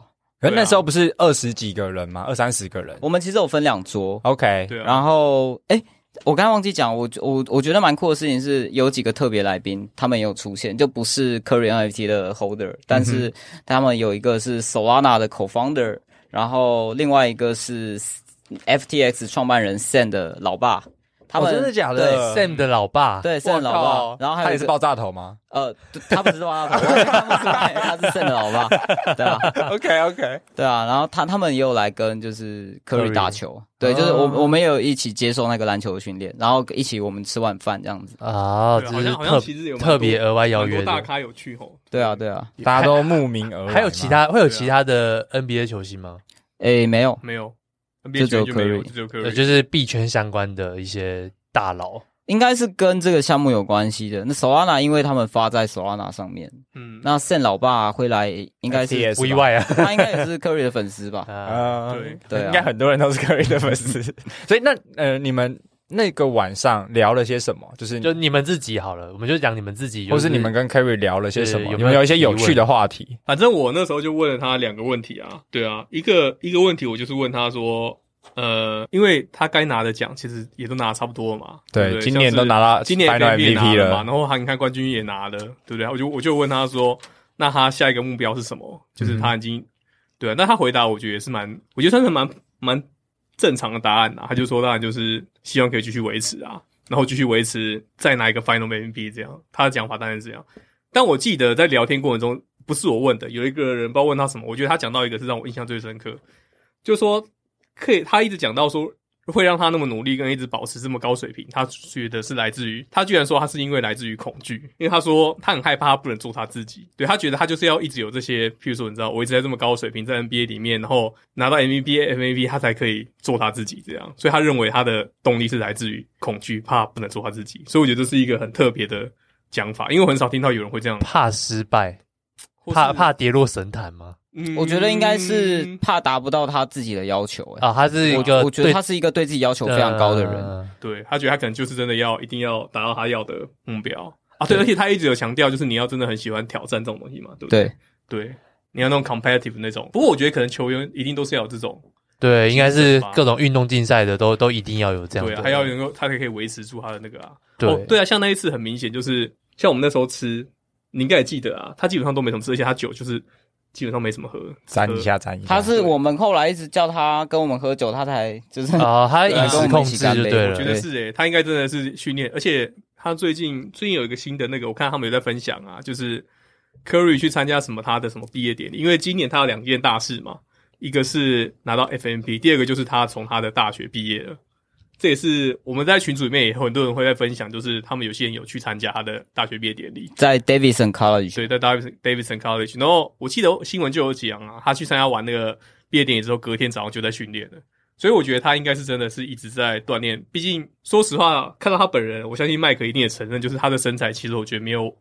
Speaker 3: 可是
Speaker 1: 对
Speaker 3: 那
Speaker 1: 啊
Speaker 3: 时候不是二十几个人吗？二三十个人。
Speaker 5: 我们其实有分两桌，
Speaker 3: OK，
Speaker 1: 对啊，
Speaker 5: 然后哎、诶我刚才忘记讲，我我我觉得蛮酷的事情是，有几个特别来宾，他们也有出现，就不是 Curry NFT 的 holder，但
Speaker 3: 嗯
Speaker 5: 是他们有一个是 Solana 的 co-founder，然后另外一个是 FTX 创办人 Sam 的老爸，他们、
Speaker 3: 哦真的假
Speaker 2: 对
Speaker 1: 嗯
Speaker 3: 的？
Speaker 2: Sam 的老爸，
Speaker 5: 对 Sam 的老爸
Speaker 3: 哇，靠
Speaker 5: 然后还
Speaker 3: 他
Speaker 5: 有
Speaker 3: 也
Speaker 5: 一
Speaker 3: 是
Speaker 5: 个
Speaker 3: 爆炸 头吗
Speaker 5: 呃，对他不是爆炸头，我也看不出来他是 Sam 的老爸，对啊，
Speaker 3: ？OK OK，
Speaker 5: 对啊，然后他他们也有来跟就是
Speaker 2: Curry 啊
Speaker 5: Curry 打球，对，就是我我们也有一起接受那个篮球的训练，然后一起我们吃晚饭这样子。
Speaker 2: 啊，
Speaker 3: 哦
Speaker 1: 对
Speaker 2: 这
Speaker 1: 好
Speaker 2: 是
Speaker 1: 像好像
Speaker 2: 特
Speaker 1: 其实有蛮
Speaker 2: 特别
Speaker 1: 多
Speaker 2: 额外邀
Speaker 1: 蛮多
Speaker 2: 约
Speaker 1: 大
Speaker 2: 的。
Speaker 1: 咖有去吼，
Speaker 5: 对啊，对啊，
Speaker 3: 大家都慕名而来嘛。
Speaker 2: 还有其他会有其
Speaker 1: 对啊
Speaker 2: 他的 NBA 球星吗？
Speaker 5: 诶，没有，
Speaker 1: 没有，NBA 球员就没有，就只有嗯
Speaker 2: 对，
Speaker 1: Curry，
Speaker 2: 就是币圈相关的一些大佬。
Speaker 5: 应该是跟这个项目有关系的。那 Solana 因为他们发在 Solana 上面，
Speaker 1: 嗯，
Speaker 5: 那 Sen 老爸会来，应该是
Speaker 3: FTX
Speaker 2: 不意外啊。？
Speaker 5: 他应该也是 Curry 的粉丝 吧
Speaker 2: 啊，
Speaker 3: 啊
Speaker 1: 对
Speaker 5: 对啊
Speaker 3: 应该很多人都是 Curry 的粉丝。所以那呃，你们那个晚上聊了些什么？
Speaker 1: 嗯
Speaker 3: 就是
Speaker 2: 就你们自己好了，我们就讲你们自己，就
Speaker 3: 或是你们跟 Curry 聊了些什么？
Speaker 2: 对有没有
Speaker 3: 你们有一些有
Speaker 2: 提
Speaker 3: 趣
Speaker 2: 问
Speaker 3: 的话题？
Speaker 1: 反正我那时候就问了他两个问题啊，对啊，一个一个问题我就是问他说，呃，因为他该拿的奖其实也都拿得差不多了嘛，对不
Speaker 3: 对，
Speaker 1: 对，
Speaker 3: 今年都拿
Speaker 1: 到
Speaker 3: 到
Speaker 1: 今年
Speaker 3: Final
Speaker 1: NBA 拿
Speaker 3: MVP
Speaker 1: 了嘛，
Speaker 3: 了
Speaker 1: 然。后韩看冠军也拿了，对不对？我就我就问他说，那他下一个目标是什么？就是他已经、对啊，那他回答我觉得也是蛮，我觉得算是蛮蛮正常的答案啊。他就说当然就是希望可以继续维持啊，然后继续维持再拿一个 final MVP 这样。他的讲法当然是这样，但我记得在聊天过程中不是我问的，有一个人不知道问他什么，我觉得他讲到一个是让我印象最深刻，就说可以，他一直讲到说会让他那么努力跟一直保持这么高水平，他觉得是来自于他居然说他是因为来自于恐惧，因为他说他很害怕他不能做他自己，对他觉得他就是要一直有这些，譬如说你知道我一直在这么高水平在 NBA 里面，然后拿到 MVP MVP 他才可以做他自己这样，所以他认为他的动力是来自于恐惧，怕不能做他自己，所以我觉得这是一个很特别的讲法，因为我很少听到有人会这样，
Speaker 2: 怕失败，
Speaker 1: 或是
Speaker 2: 怕怕跌落神坛吗？
Speaker 1: 嗯
Speaker 5: 我觉得应该是怕达不到他自己的要求、哎、
Speaker 2: 啊，他是一个
Speaker 5: 我觉得他是一个对自己要求非常高的人。
Speaker 2: 呃
Speaker 1: 对他觉得他可能就是真的要一定要达到他要的目标啊。对，而且他一直有强调，就是你要真的很喜欢挑战这种东西嘛，对不对？
Speaker 5: 对，
Speaker 1: 对，你要那种 competitive 那种。不过我觉得可能球员一定都是要有这种，
Speaker 2: 对，应该是各种运动竞赛的都都一定要有这样
Speaker 1: 对
Speaker 2: 的
Speaker 1: 啊，他要能够他才可以维持住他的那个啊。
Speaker 2: 对
Speaker 1: 哦，对啊，像那一次很明显就是，像我们那时候吃，你应该也记得啊，他基本上都没什么吃，而且他酒就是基本上没什么喝，
Speaker 3: 沾
Speaker 1: 喝
Speaker 3: 一。下沾一下。
Speaker 5: 他是我们后来一直叫他跟我们喝酒，他才就是、
Speaker 2: 啊，他
Speaker 5: 对啊
Speaker 2: 饮食控制就对
Speaker 5: 跟我们一起干杯我
Speaker 1: 觉
Speaker 2: 了
Speaker 1: 得是诶、欸他应该真的是训练，而且他最近最近有一个新的那个，我看他们有在分享啊，就是 Curry 去参加什么他的什么毕业典礼，因为今年他有两件大事嘛，一个是拿到 FMP，第二个就是他从他的大学毕业了。这也是我们在群组里面也很多人会在分享，就是他们有些人有去参加他的大学毕业典礼，
Speaker 5: 在 Davidson College。
Speaker 1: 对，在 Davidson Davidson College。然后我记得新闻就有讲啊，他去参加完那个毕业典礼之后，隔天早上就在训练了。所以我觉得他应该是真的是一直在锻炼。毕竟说实话，看到他本人，我相信麦克一定也承认，就是他的身材其实我觉得没有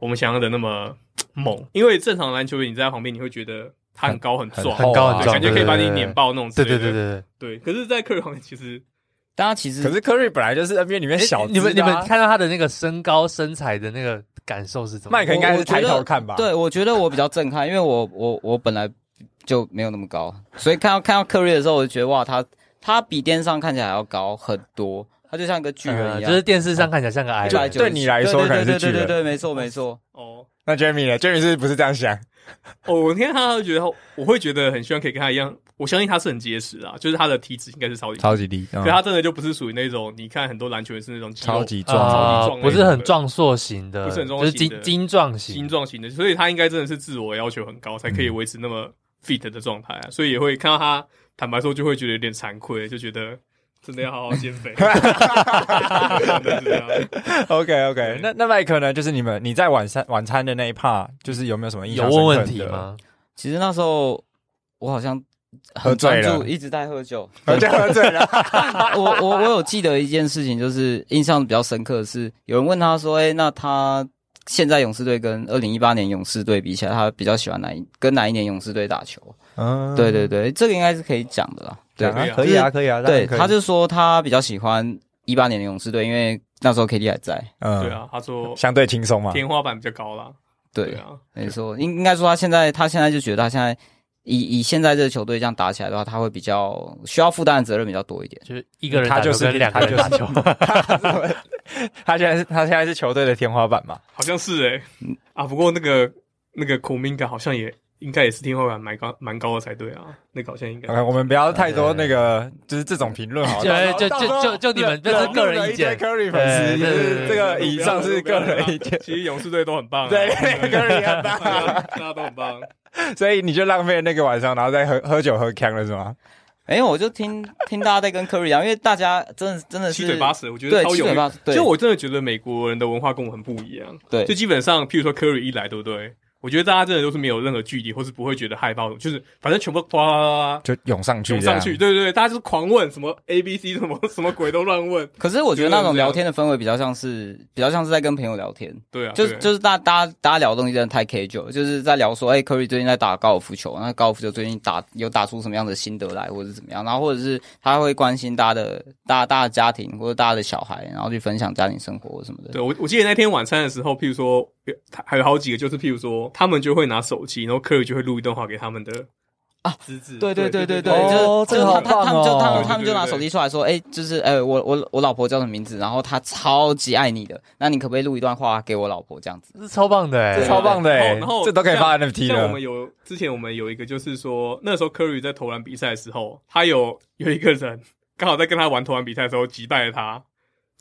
Speaker 1: 我们想象的那么猛。因为正常篮球员你在旁边，你会觉得他很高很壮，
Speaker 2: 很高很
Speaker 1: 对
Speaker 2: 壮
Speaker 1: 感觉可以把你
Speaker 2: 哦对对对
Speaker 1: 碾爆那种之
Speaker 2: 对
Speaker 1: 类的。
Speaker 2: 对对对
Speaker 1: 对可是，在客人旁边其实
Speaker 5: 但他其实
Speaker 3: 可是科瑞本来就是 NBA 里面
Speaker 2: 对。
Speaker 3: 小
Speaker 2: 诶你
Speaker 3: 只
Speaker 2: 们你
Speaker 3: 的啊
Speaker 2: 们看到他的那个身高身材的那个感受是怎么
Speaker 3: 麦
Speaker 2: 样？
Speaker 3: 克应该
Speaker 5: 我
Speaker 3: 是
Speaker 5: 我觉
Speaker 3: 抬
Speaker 5: 得
Speaker 3: 头看吧？
Speaker 5: 对，我觉得我比较震撼，因为我我我本来就没有那么高，所以看到看到科瑞的时候，我就觉得哇，他他比电视上看起来还要高很多，他就像一个巨人
Speaker 2: 呃
Speaker 5: 一样，
Speaker 2: 就是电视上看起来像个矮
Speaker 5: 一百
Speaker 2: 人，
Speaker 5: 九
Speaker 3: 对
Speaker 5: 十
Speaker 3: 你来说
Speaker 5: 对对
Speaker 3: 可能是
Speaker 5: 对对
Speaker 3: 巨人
Speaker 5: 对对对，没错没错，
Speaker 1: 哦
Speaker 3: 那 Jamie 呢？Jamie 是不是这样想？
Speaker 1: 哦，我听他会觉得，我会觉得很希望可以跟他一样。我相信他是很结实啊，就是他的体脂应该是超级嗯
Speaker 3: 级低，
Speaker 1: 可他真的就不是属于那种，你看很多篮球员是那种肌肉
Speaker 2: 啊
Speaker 1: 超级壮
Speaker 2: 不是很壮硕型的，
Speaker 1: 不是很壮
Speaker 2: 就
Speaker 1: 硕
Speaker 2: 是
Speaker 1: 型的
Speaker 2: 精精壮型，
Speaker 1: 精壮型的，所以他应该真的是自我要求很高，才可以维持那么 fit 的状态啊。所以也会看到他，坦白说就会觉得有点惭愧，就觉得真的要好好减肥。真的是这样
Speaker 3: OK OK，那那麦克呢？就是你们你在晚餐晚餐的那一 part，就是有没有什么印象
Speaker 2: 有问问
Speaker 3: 深
Speaker 2: 题
Speaker 3: 刻的？
Speaker 2: 吗？
Speaker 5: 其实那时候我好像
Speaker 3: 喝
Speaker 5: 很
Speaker 3: 醉
Speaker 5: 专
Speaker 3: 了
Speaker 5: 注，一直在喝酒。
Speaker 3: 喝醉喝醉了，
Speaker 5: 我我我有记得一件事情，就是印象比较深刻的是，有人问他说：“哎、那他现在勇士队跟二零一八年勇士队比起来，他比较喜欢哪一跟哪一年勇士队打球？”
Speaker 3: 嗯，
Speaker 5: 对对对，这个应该是可以讲的啦。对，
Speaker 1: 啊
Speaker 3: 可以啊，可以啊，
Speaker 5: 对，
Speaker 3: 当然可以
Speaker 5: 他就说他比较喜欢一八年的勇士队，因为那时候 KD 还在。
Speaker 3: 嗯
Speaker 1: 对，啊，他说
Speaker 3: 相对轻松嘛。
Speaker 1: 天花板比较高啦。
Speaker 5: 对，
Speaker 1: 对啊，
Speaker 5: 没错，应应该说他现在他现在就觉得他现在。以以现在这个球队这样打起来的话，他会比较需要负担的责任比较多一点。
Speaker 2: 就是一个人
Speaker 3: 他
Speaker 2: 打
Speaker 3: 就
Speaker 2: 球
Speaker 3: 是
Speaker 2: 跟两个人打
Speaker 3: 他就
Speaker 2: 球，
Speaker 3: 他现在是他现在是球队的天花板嘛？
Speaker 1: 好像是哎、啊，不过那个那个苦明感好像也应该也是天花板蛮高蛮高的才对啊，那个好像应该。
Speaker 3: OK，我们不要太多那个，就是这种评论好了。
Speaker 2: 就
Speaker 3: 到时候
Speaker 2: 就就就你们这是个人意见
Speaker 3: 惹怒了一堆 Curry 粉丝，
Speaker 2: 对
Speaker 3: 就
Speaker 2: 对对
Speaker 3: 是
Speaker 2: 对
Speaker 3: 这个以上是个人意见。
Speaker 1: 其实勇士队都很棒、啊，
Speaker 3: 对，Curry 很
Speaker 1: 对 啊
Speaker 3: 棒，
Speaker 1: 大家都很 棒。
Speaker 3: 所以你就浪费那个晚上，然后再喝喝酒喝呛了是吗？
Speaker 5: 没哎有，我就听听大家在跟科瑞讲，因为大家真的真的是
Speaker 1: 七嘴八舌，我觉得
Speaker 5: 对
Speaker 1: 超
Speaker 5: 七
Speaker 1: 有
Speaker 5: 嘴八
Speaker 1: 用。
Speaker 5: 舌，对，
Speaker 1: 就我真的觉得美国人的文化跟我很不一样。
Speaker 5: 对
Speaker 1: 就基本上，譬如说 Curry 一来，对不对？我觉得大家真的都是没有任何距离，或是不会觉得害怕，就是反正全部哗啦啦啦
Speaker 3: 就涌上去
Speaker 1: 涌
Speaker 3: 这样，
Speaker 1: 上去，对对对，大家就是狂问什么 A B C 什么什么鬼都乱问，
Speaker 5: 可是我觉得那种聊天的氛围比较像是比较像是在跟朋友聊天，
Speaker 1: 对啊，
Speaker 5: 就是
Speaker 1: 对
Speaker 5: 就是大大家大家聊的东西真的太 casual，了就是在聊说，哎、科瑞最近在打高尔夫球，那高尔夫球最近打有打出什么样的心得来，或者是怎么样，然后或者是他会关心大家的大大家的家庭或者大家的小孩，然后去分享家庭生活什么的。
Speaker 1: 对我我记得那天晚餐的时候，譬如说有还有好几个，就是譬如说他们就会拿手机，然后 Curry 就会录一段话给他们的啊，资质，
Speaker 5: 对对对对对，
Speaker 3: 对哦
Speaker 5: 哎就是
Speaker 3: 这个
Speaker 5: 就是
Speaker 3: 好
Speaker 5: 他他他们就
Speaker 3: 棒哦
Speaker 1: 对
Speaker 5: 他们
Speaker 1: 对
Speaker 5: 他们就
Speaker 1: 对
Speaker 5: 拿
Speaker 1: 对
Speaker 5: 手机出来说，哎，就是哎，我我我老婆叫什么名字？然后她超级爱你的，那你可不可以录一段话给我老婆这样子？
Speaker 2: 这是超棒的哎、
Speaker 3: 这超棒的哎、
Speaker 1: 然后然后
Speaker 3: 这都可以发 NFT
Speaker 1: 像我
Speaker 3: 了
Speaker 1: 们。有之前我们有一个，就是说那时候 Curry 在投篮比赛的时候，他有有一个人刚好在跟他玩投篮比赛的时候击败了他，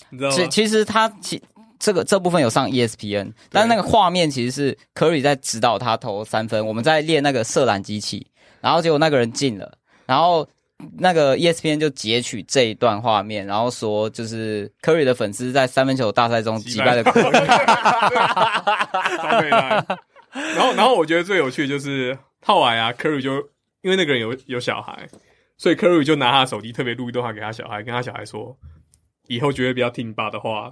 Speaker 1: 你知道
Speaker 5: 其
Speaker 1: 吗？
Speaker 5: 其实他其这个这部分有上 E ESPN，但是那个画面其实是 Curry 在指导他投三分，我们在练那个射篮机器，然后结果那个人进了，然后那个 E ESPN 就截取这一段画面，然后说就是 Curry 的粉丝在三分球大赛中 击败了 Curry，
Speaker 1: 超美啦。然后，然后我觉得最有趣的就是后来啊，Curry 就因为那个人有有小孩，所以 Curry 就拿他的手机特别录一段话给他小孩，跟他小孩说。以后绝对不要听你爸的 话，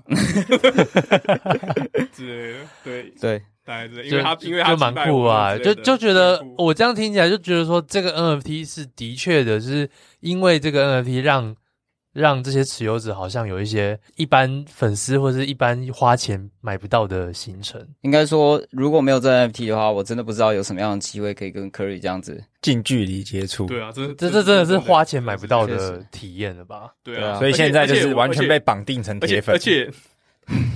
Speaker 1: 之类的，对，
Speaker 5: 对，
Speaker 1: 大概是这样因
Speaker 2: 就
Speaker 1: 为他，因为他
Speaker 2: 就蛮
Speaker 1: 击败
Speaker 2: 酷
Speaker 1: 我
Speaker 2: 啊，
Speaker 1: 之
Speaker 2: 就
Speaker 1: 类的
Speaker 2: 就觉得
Speaker 1: 蛮酷
Speaker 2: 我这样听起来就觉得说，这个 NFT 是的确的，是因为这个 NFT 让让这些持有者好像有一些一般粉丝或是一般花钱买不到的行程。
Speaker 5: 应该说如果没有这 NFT 的话，我真的不知道有什么样的机会可以跟 Curry 这样子。
Speaker 3: 近距离接触，
Speaker 1: 对啊，这
Speaker 2: 这这真的是花钱
Speaker 1: 真
Speaker 2: 买不到
Speaker 5: 确
Speaker 2: 的
Speaker 5: 实
Speaker 2: 体验了吧？
Speaker 1: 对
Speaker 5: 对
Speaker 1: 啊，
Speaker 5: 啊
Speaker 3: 所以现在就是完全被
Speaker 1: 绑
Speaker 3: 绑定成
Speaker 1: 而且
Speaker 3: 铁粉。
Speaker 1: 而且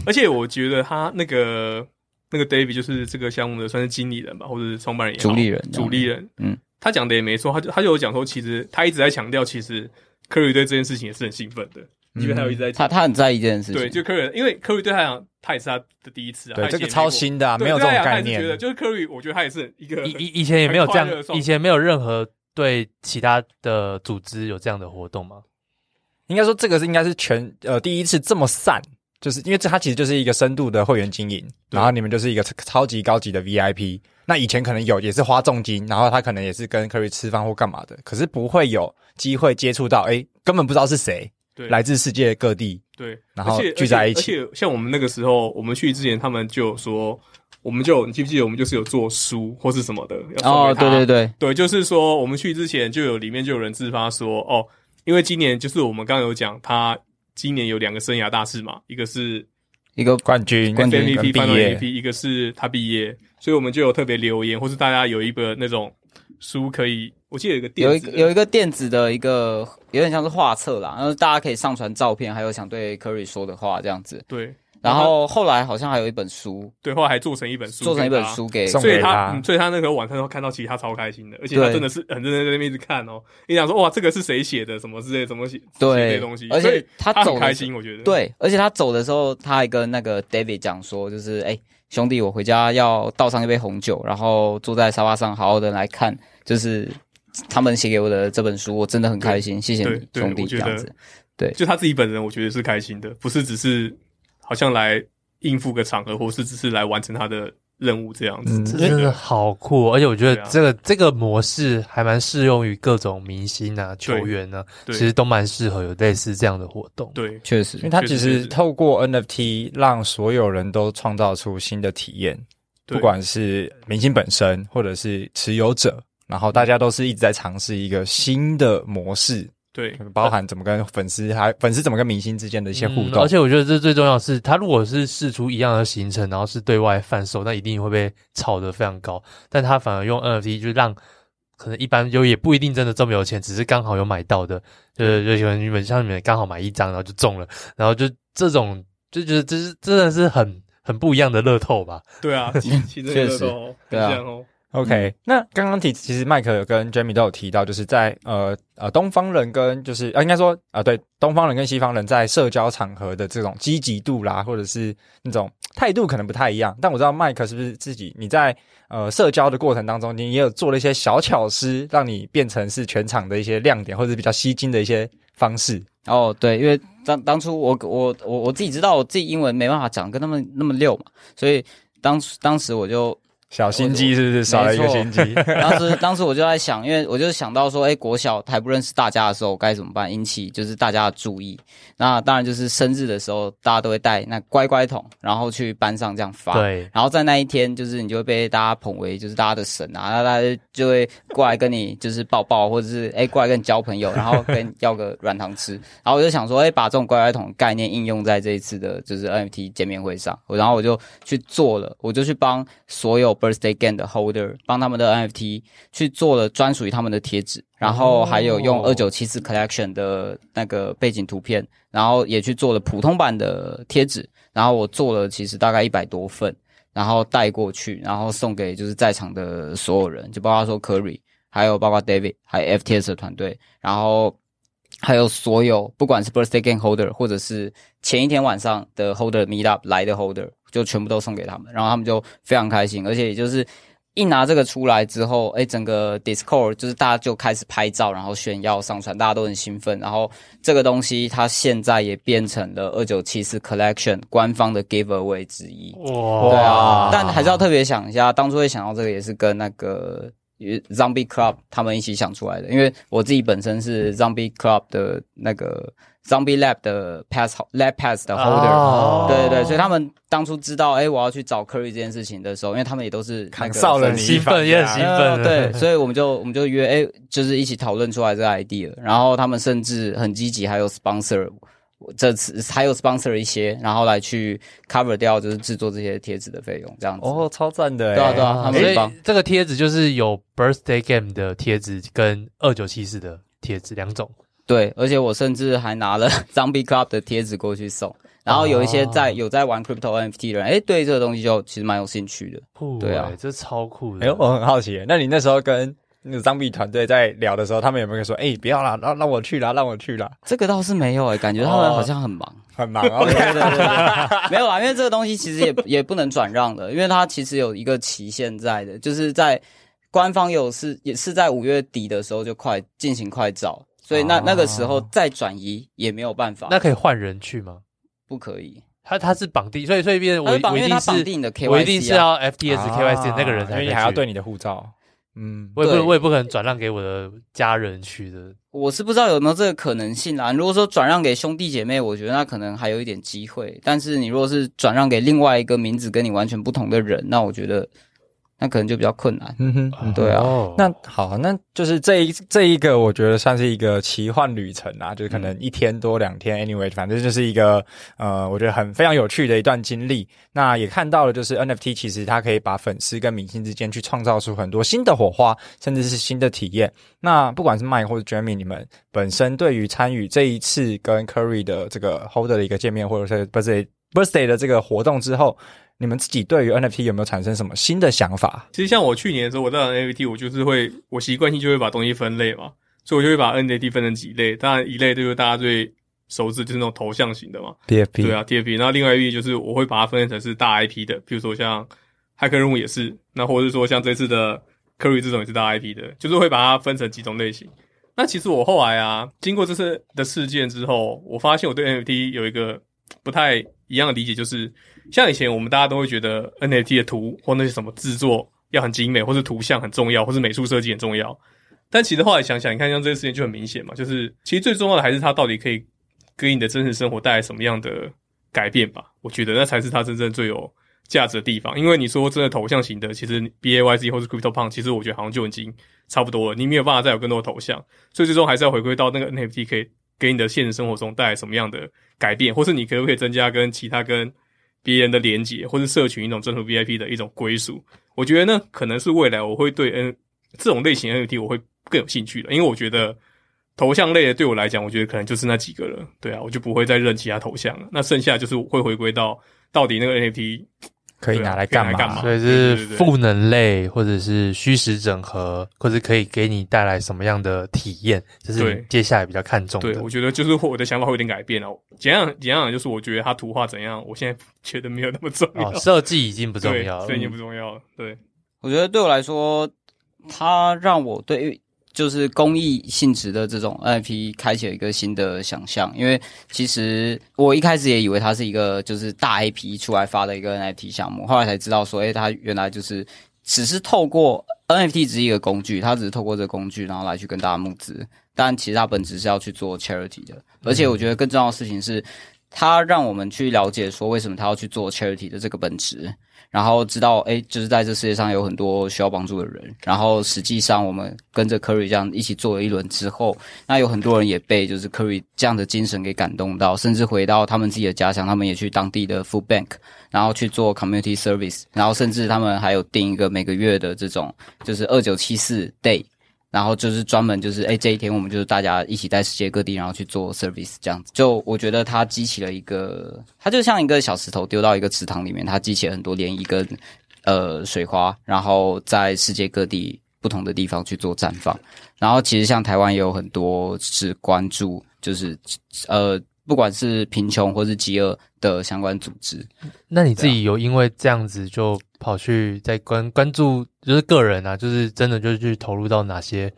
Speaker 1: 而且我觉得他那个那个 David 就是这个项目的算是经理人吧，或者是创办人也好
Speaker 5: 主理
Speaker 3: 啊
Speaker 5: 人
Speaker 1: 主力人，
Speaker 5: 嗯，
Speaker 1: 他讲的也没错，他就他就有讲说，其实他一直在强调，其实科瑞对这件事情也是很兴奋的，因为他有
Speaker 3: 嗯
Speaker 1: 一直在
Speaker 5: 他
Speaker 1: 讲，
Speaker 5: 他很在意这件事情，
Speaker 1: 对，就科瑞，因为科瑞对他来讲，他也是他的第一次啊，
Speaker 3: 对
Speaker 1: 他以前
Speaker 3: 这个
Speaker 1: 也
Speaker 3: 超
Speaker 1: 过
Speaker 3: 新的啊，
Speaker 1: 对
Speaker 3: 没有这
Speaker 1: 对
Speaker 3: 种
Speaker 1: 啊他
Speaker 3: 概
Speaker 1: 也是觉得
Speaker 3: 念。
Speaker 1: 就是科瑞，我觉得他也是一个
Speaker 2: 以以以前也没有这样
Speaker 1: 很快乐的，状态
Speaker 2: 以前没有任何对其他的组织有这样的活动吗？
Speaker 3: 应该说这个是应该是全呃第一次这么散，就是因为这它其实就是一个深度的会员经营，
Speaker 1: 对
Speaker 3: 然后你们就是一个超超级高级的 VIP。那以前可能有也是花重金，然后他可能也是跟 Curry 吃饭或干嘛的，可是不会有机会接触到，哎，根本不知道是谁，
Speaker 1: 对
Speaker 3: 来自世界各地。
Speaker 1: 对，
Speaker 3: 然后
Speaker 1: 而且
Speaker 3: 聚在一起
Speaker 1: 而且而且像我们那个时候，我们去之前，他们就有说，我们就有你记不记得我们就是有做书或是什么的要送
Speaker 5: 哦，
Speaker 1: 给他
Speaker 5: 对对对，
Speaker 1: 对，就是说我们去之前就有里面就有人自发说，哦，因为今年就是我们刚刚有讲，他今年有两个生涯大事嘛，一个是
Speaker 5: 一个
Speaker 3: 冠军、
Speaker 5: 冠军
Speaker 3: 跟
Speaker 1: MVP
Speaker 3: 毕
Speaker 1: 翻到
Speaker 3: 业
Speaker 1: MVP，，一个是他毕业，所以我们就有特别留言，或是大家有一个那种书可以，我记得有一个电子的
Speaker 5: 有一个有一个电子的一个有点像是画册啦，然后大家可以上传照片，还有想对 Curry 说的话这样子。
Speaker 1: 对
Speaker 5: 然
Speaker 1: 然后
Speaker 5: 后后来好像还有一本书，
Speaker 1: 对，后来还做成一本书，
Speaker 5: 做成一本。书给
Speaker 3: 送
Speaker 1: 所以
Speaker 3: 给
Speaker 1: 他，
Speaker 3: 他
Speaker 1: 嗯，所以他那个晚上都看到，其实他超开心的，而且他
Speaker 5: 对
Speaker 1: 真的是很认真在那边一直看哦。你想说，哇，这个是谁写的，什么之类，什么写写
Speaker 5: 对
Speaker 1: 的东西，，
Speaker 5: 而
Speaker 1: 所
Speaker 5: 且
Speaker 1: 以
Speaker 5: 他
Speaker 1: 他
Speaker 5: 走
Speaker 1: 很
Speaker 5: 的
Speaker 1: 开
Speaker 5: 时
Speaker 1: 心，我觉得。
Speaker 5: 对，而且他走的时候，他还跟那个 David 讲说，就是哎、兄弟，我回家要倒上一杯红酒，然后坐在沙发上好好的来看，就是他们写给我的这本书，我真的很开心，谢谢你
Speaker 1: 对，对
Speaker 5: 兄弟
Speaker 1: 我觉
Speaker 5: 这
Speaker 1: 得
Speaker 5: 样子。
Speaker 1: 就他自己本人，我觉得是开心的，不是只是好像来应付个场合，或是只是来完成他的任务这样子。
Speaker 3: 嗯
Speaker 2: 这真的好酷哦、而且我觉
Speaker 1: 对
Speaker 2: 得
Speaker 1: 啊
Speaker 2: 这个、这个模式还蛮适用于各种明星啊、球员啊，其
Speaker 1: 对
Speaker 2: 实都蛮适合有类似这样的活动。，
Speaker 1: 对
Speaker 5: 确
Speaker 3: 因为
Speaker 5: 实，
Speaker 3: 他
Speaker 1: 确
Speaker 3: 其
Speaker 1: 实确
Speaker 3: 实
Speaker 1: 实
Speaker 3: 透过 NFT 让所有人都创造出新的体验，
Speaker 1: 对
Speaker 3: 不管是明星本身或者是持有者，然后大家都是一直在尝试一个新的模式，
Speaker 1: 对
Speaker 3: 包含怎么跟粉丝还粉丝怎么跟明星之间的一些
Speaker 4: 嗯
Speaker 3: 互动，
Speaker 2: 而且我觉得这最重要的是，他如果是试出一样的行程，然后是对外贩售，那一定会被炒得非常高。但他反而用 NFT 就让可能一般就也不一定真的这么有钱，只是刚好有买到的，就是就可能你们像你们刚好买一张，然后就中了，然后就这种就觉得这是真的是很很不一样的乐透吧。
Speaker 1: 对 啊，其其实
Speaker 5: 确
Speaker 1: 那个
Speaker 5: 实
Speaker 1: 时候
Speaker 5: 对啊
Speaker 1: 很像哦，
Speaker 3: OK，那刚刚提，其实麦克有跟 Jamie 都有提到，就是在呃呃东方人跟就是呃应该说啊、呃对东方人跟西方人在社交场合的这种积极度啦，或者是那种态度可能不太一样。但我知道麦克是不是自己你在呃社交的过程当中，你也有做了一些小巧思，让你变成是全场的一些亮点，或者是比较吸睛的一些方式。
Speaker 5: 哦，对，因为当当初我我我我自己知道我自己英文没办法讲跟他们那么溜嘛，所以当时当时我就
Speaker 3: 小心机是不是少了一个心机？
Speaker 5: 当时当时我就在想，因为我就想到说，哎、国小还不认识大家的时候该怎么办，引起就是大家的注意。那当然就是生日的时候，大家都会带那乖乖桶，然后去班上这样发。。
Speaker 2: 对，
Speaker 5: 然后在那一天，就是你就会被大家捧为就是大家的神啊，那大家就会过来跟你就是抱抱，或者是哎、过来跟你交朋友，然后跟要个软糖吃。然后我就想说，哎、把这种乖乖桶概念应用在这一次的就是 NFT 见面会上，我然后我就去做了，我就去帮所有 Birthday Game 的 Holder，帮他们的 NFT 去做了专属于他们的贴纸，然后还有用
Speaker 2: 哦
Speaker 5: 二九七四 Collection 的那个背景图片，然后也去做了普通版的贴纸，然后我做了其实大概一百多份，然后带过去，然后送给就是在场的所有人，就包括说 Curry，还有包括 David，还有 FTS 的团队，然后还有所有不管是 Birthday Game Holder 或者是前一天晚上的 Holder Meetup 来的 Holder，就全部都送给他们，然后他们就非常开心，而且也就是。一拿这个出来之后，哎，整个 Discord 就是大家就开始拍照，然后炫耀上传，大家都很兴奋。然后这个东西它现在也变成了二九七四 Collection 官方的 Giveaway 之一。
Speaker 2: 哇哦
Speaker 5: 对啊，但还是要特别想一下，当初会想到这个也是跟那个呃 Zombie Club 他们一起想出来的，因为我自己本身是 Zombie Club 的那个 Zombie Lab 的 Pass Lab Pass 的 Holder，、
Speaker 3: 啊
Speaker 2: 哦
Speaker 5: 对对对，所以他们当初知道哎、我要去找 Curry 这件事情的时候，因为他们也都是那
Speaker 3: 扛
Speaker 5: 个
Speaker 3: 少了
Speaker 5: 粉
Speaker 3: 你
Speaker 5: 丝呃
Speaker 2: 兴奋也很兴奋，
Speaker 5: 对，所以我们就我们就约，哎、就是一起讨论出来这个 idea，然后他们甚至很积极，还有 sponsor，这次还有 sponsor 一些，然后来去 cover 掉就是制作这些贴纸的费用，这样子。
Speaker 3: 哦，超赞的欸，
Speaker 5: 对啊对啊，他们
Speaker 2: 所
Speaker 5: 很
Speaker 2: 以
Speaker 5: 棒。
Speaker 2: 这个贴纸就是有 birthday game 的贴纸跟二九七四的贴纸两种。
Speaker 5: 对，而且我甚至还拿了 Zombie Club 的贴纸过去送，然后有一些
Speaker 2: 哦
Speaker 5: 在、有在玩 crypto NFT 的人，哎，对这个东西就其实蛮有兴趣的。
Speaker 2: 酷
Speaker 5: 对啊
Speaker 2: 欸这超酷的。
Speaker 3: 哎、我很好奇，那你那时候跟那个张 B 团队在聊的时候，他们有没有说，哎、不要啦，让让我去啦，让我去啦，
Speaker 5: 这个倒是没有哎、感觉他
Speaker 2: 哦
Speaker 5: 们好像很忙。
Speaker 3: 很忙 哦。
Speaker 5: 对对对对，没有啊啦，因为这个东西其实也也不能转让的，因为它其实有一个期限在的，就是在官方有是也是在五月底的时候就快进行快照，所以那、
Speaker 2: 哦
Speaker 5: 那个时候再转移也没有办法，
Speaker 2: 那可以换人去吗？
Speaker 5: 不可以。
Speaker 2: 他他是绑定，所以所以变成
Speaker 5: 它
Speaker 2: 我
Speaker 5: 是绑
Speaker 2: 我
Speaker 5: 定
Speaker 2: 一定
Speaker 5: 它绑定你
Speaker 2: 是
Speaker 5: 的 KYC 啊
Speaker 2: 我一定是要 FTS KYC 的那个人
Speaker 3: 因
Speaker 2: 才可
Speaker 3: 为
Speaker 2: 以
Speaker 3: 你啊还要
Speaker 2: 去
Speaker 3: 对，你的护照，嗯，
Speaker 2: 我也不
Speaker 5: 对
Speaker 2: 我也不可能转让给我的家人去的。
Speaker 5: 我是不知道有没有这个可能性啦。如果说转让给兄弟姐妹，我觉得那可能还有一点机会。但是你如果是转让给另外一个名字跟你完全不同的人，那我觉得那可能就比较困难。
Speaker 3: 嗯哼，嗯
Speaker 5: 对啊
Speaker 2: 哦
Speaker 3: 那好，那就是这一这一个，我觉得算是一个奇幻旅程啊，就是可
Speaker 1: 嗯
Speaker 3: 能一天多两天，anyway，反正就是一个呃，我觉得很非常有趣的一段经历。那也看到了，就是 NFT 其实它可以把粉丝跟明星之间去创造出很多新的火花，甚至是新的体验。那不管是 Mike 或者 Jamie，你们本身对于参与这一次跟 Curry 的这个 Holder 的一个见面，或者是 Birthday Birthday 的这个活动之后，你们自己对于 NFT 有没有产生什么新的想法？
Speaker 1: 其实像我去年的时候，我在玩 NFT，我就是会，我习惯性就会把东西分类嘛，所以我就会把 NFT 分成几类。当然，一类就是大家最熟知，就是那种头像型的嘛，
Speaker 3: 别别
Speaker 1: 对啊，TFP。那另外一类就是我会把它分成是大 IP 的，比如说像骇客任务也是，那或者是说像这次的 Curry 这种也是大 IP 的，就是会把它分成几种类型。那其实我后来啊，经过这次的事件之后，我发现我对 NFT 有一个不太一样的理解，就是像以前我们大家都会觉得 NFT 的图或那些什么制作要很精美，或是图像很重要，或是美术设计很重要。但其实后来想想，你看像这些事情就很明显嘛，就是其实最重要的还是它到底可以给你的真实生活带来什么样的改变吧。我觉得那才是它真正最有价值的地方。因为你说真的头像型的，其实 B A Y Z 或是 Crypto Punk，其实我觉得好像就已经差不多了，你没有办法再有更多的头像，所以最终还是要回归到那个 N F T 可以给你的现实生活中带来什么样的改变，或是你可不可以增加跟其他跟别人的连接，或是社群一种专属 V I P 的一种归属。我觉得呢，可能是未来我会对 N 这种类型 NFT 我会更有兴趣的，因为我觉得头像类的对我来讲，我觉得可能就是那几个了。对啊，我就不会再认其他头像了。那剩下就是会回归到到底那个 NFT
Speaker 3: 可以
Speaker 1: 对啊
Speaker 3: 拿来
Speaker 1: 可以拿
Speaker 3: 干
Speaker 1: 来
Speaker 3: 嘛？
Speaker 1: 干嘛
Speaker 2: 所
Speaker 1: 对
Speaker 2: 以
Speaker 1: 对
Speaker 2: 是
Speaker 1: 对对
Speaker 2: 赋能类，或者是虚实整合，或者可以给你带来什么样的体验，这是
Speaker 1: 对
Speaker 2: 你接下来比较看重的。
Speaker 1: 对，我觉得就是我的想法会有点改变了。怎样怎样，就是我觉得它图画怎样，我现在觉得没有那么重要，
Speaker 2: 哦，设计已经不重
Speaker 1: 对
Speaker 2: 要，了
Speaker 1: 所以已经不重要了。对，
Speaker 5: 我觉得对我来说，它让我对于就是公益性质的这种 NFT 开启了一个新的想象，因为其实我一开始也以为它是一个就是大 IP 出来发的一个 NFT 项目，后来才知道说，哎、它原来就是只是透过 NFT 只是一个工具，它只是透过这个工具，然后来去跟大家募资，但其实它本质是要去做 charity 的，而且我觉得更重要的事情是。他让我们去了解说为什么他要去做 charity 的这个本质，然后知道哎，诶就是在这世界上有很多需要帮助的人。然后实际上我们跟着 Curry 这样一起做了一轮之后，那有很多人也被就是 Curry 这样的精神给感动到，甚至回到他们自己的家乡，他们也去当地的 food bank，然后去做 community service，然后甚至他们还有定一个每个月的这种就是二九七四 day。然后就是专门就是哎这一天我们就是大家一起在世界各地，然后去做 service 这样子。就我觉得它激起了一个，它就像一个小石头丢到一个池塘里面，它激起了很多涟漪跟呃水花，然后在世界各地不同的地方去做绽放。然后其实像台湾也有很多是关注，就是呃不管是贫穷或是饥饿的相关组织，
Speaker 2: 那你自己有因为这样子就跑去在关关注，就是个人啊，就是真的就是去投入到哪些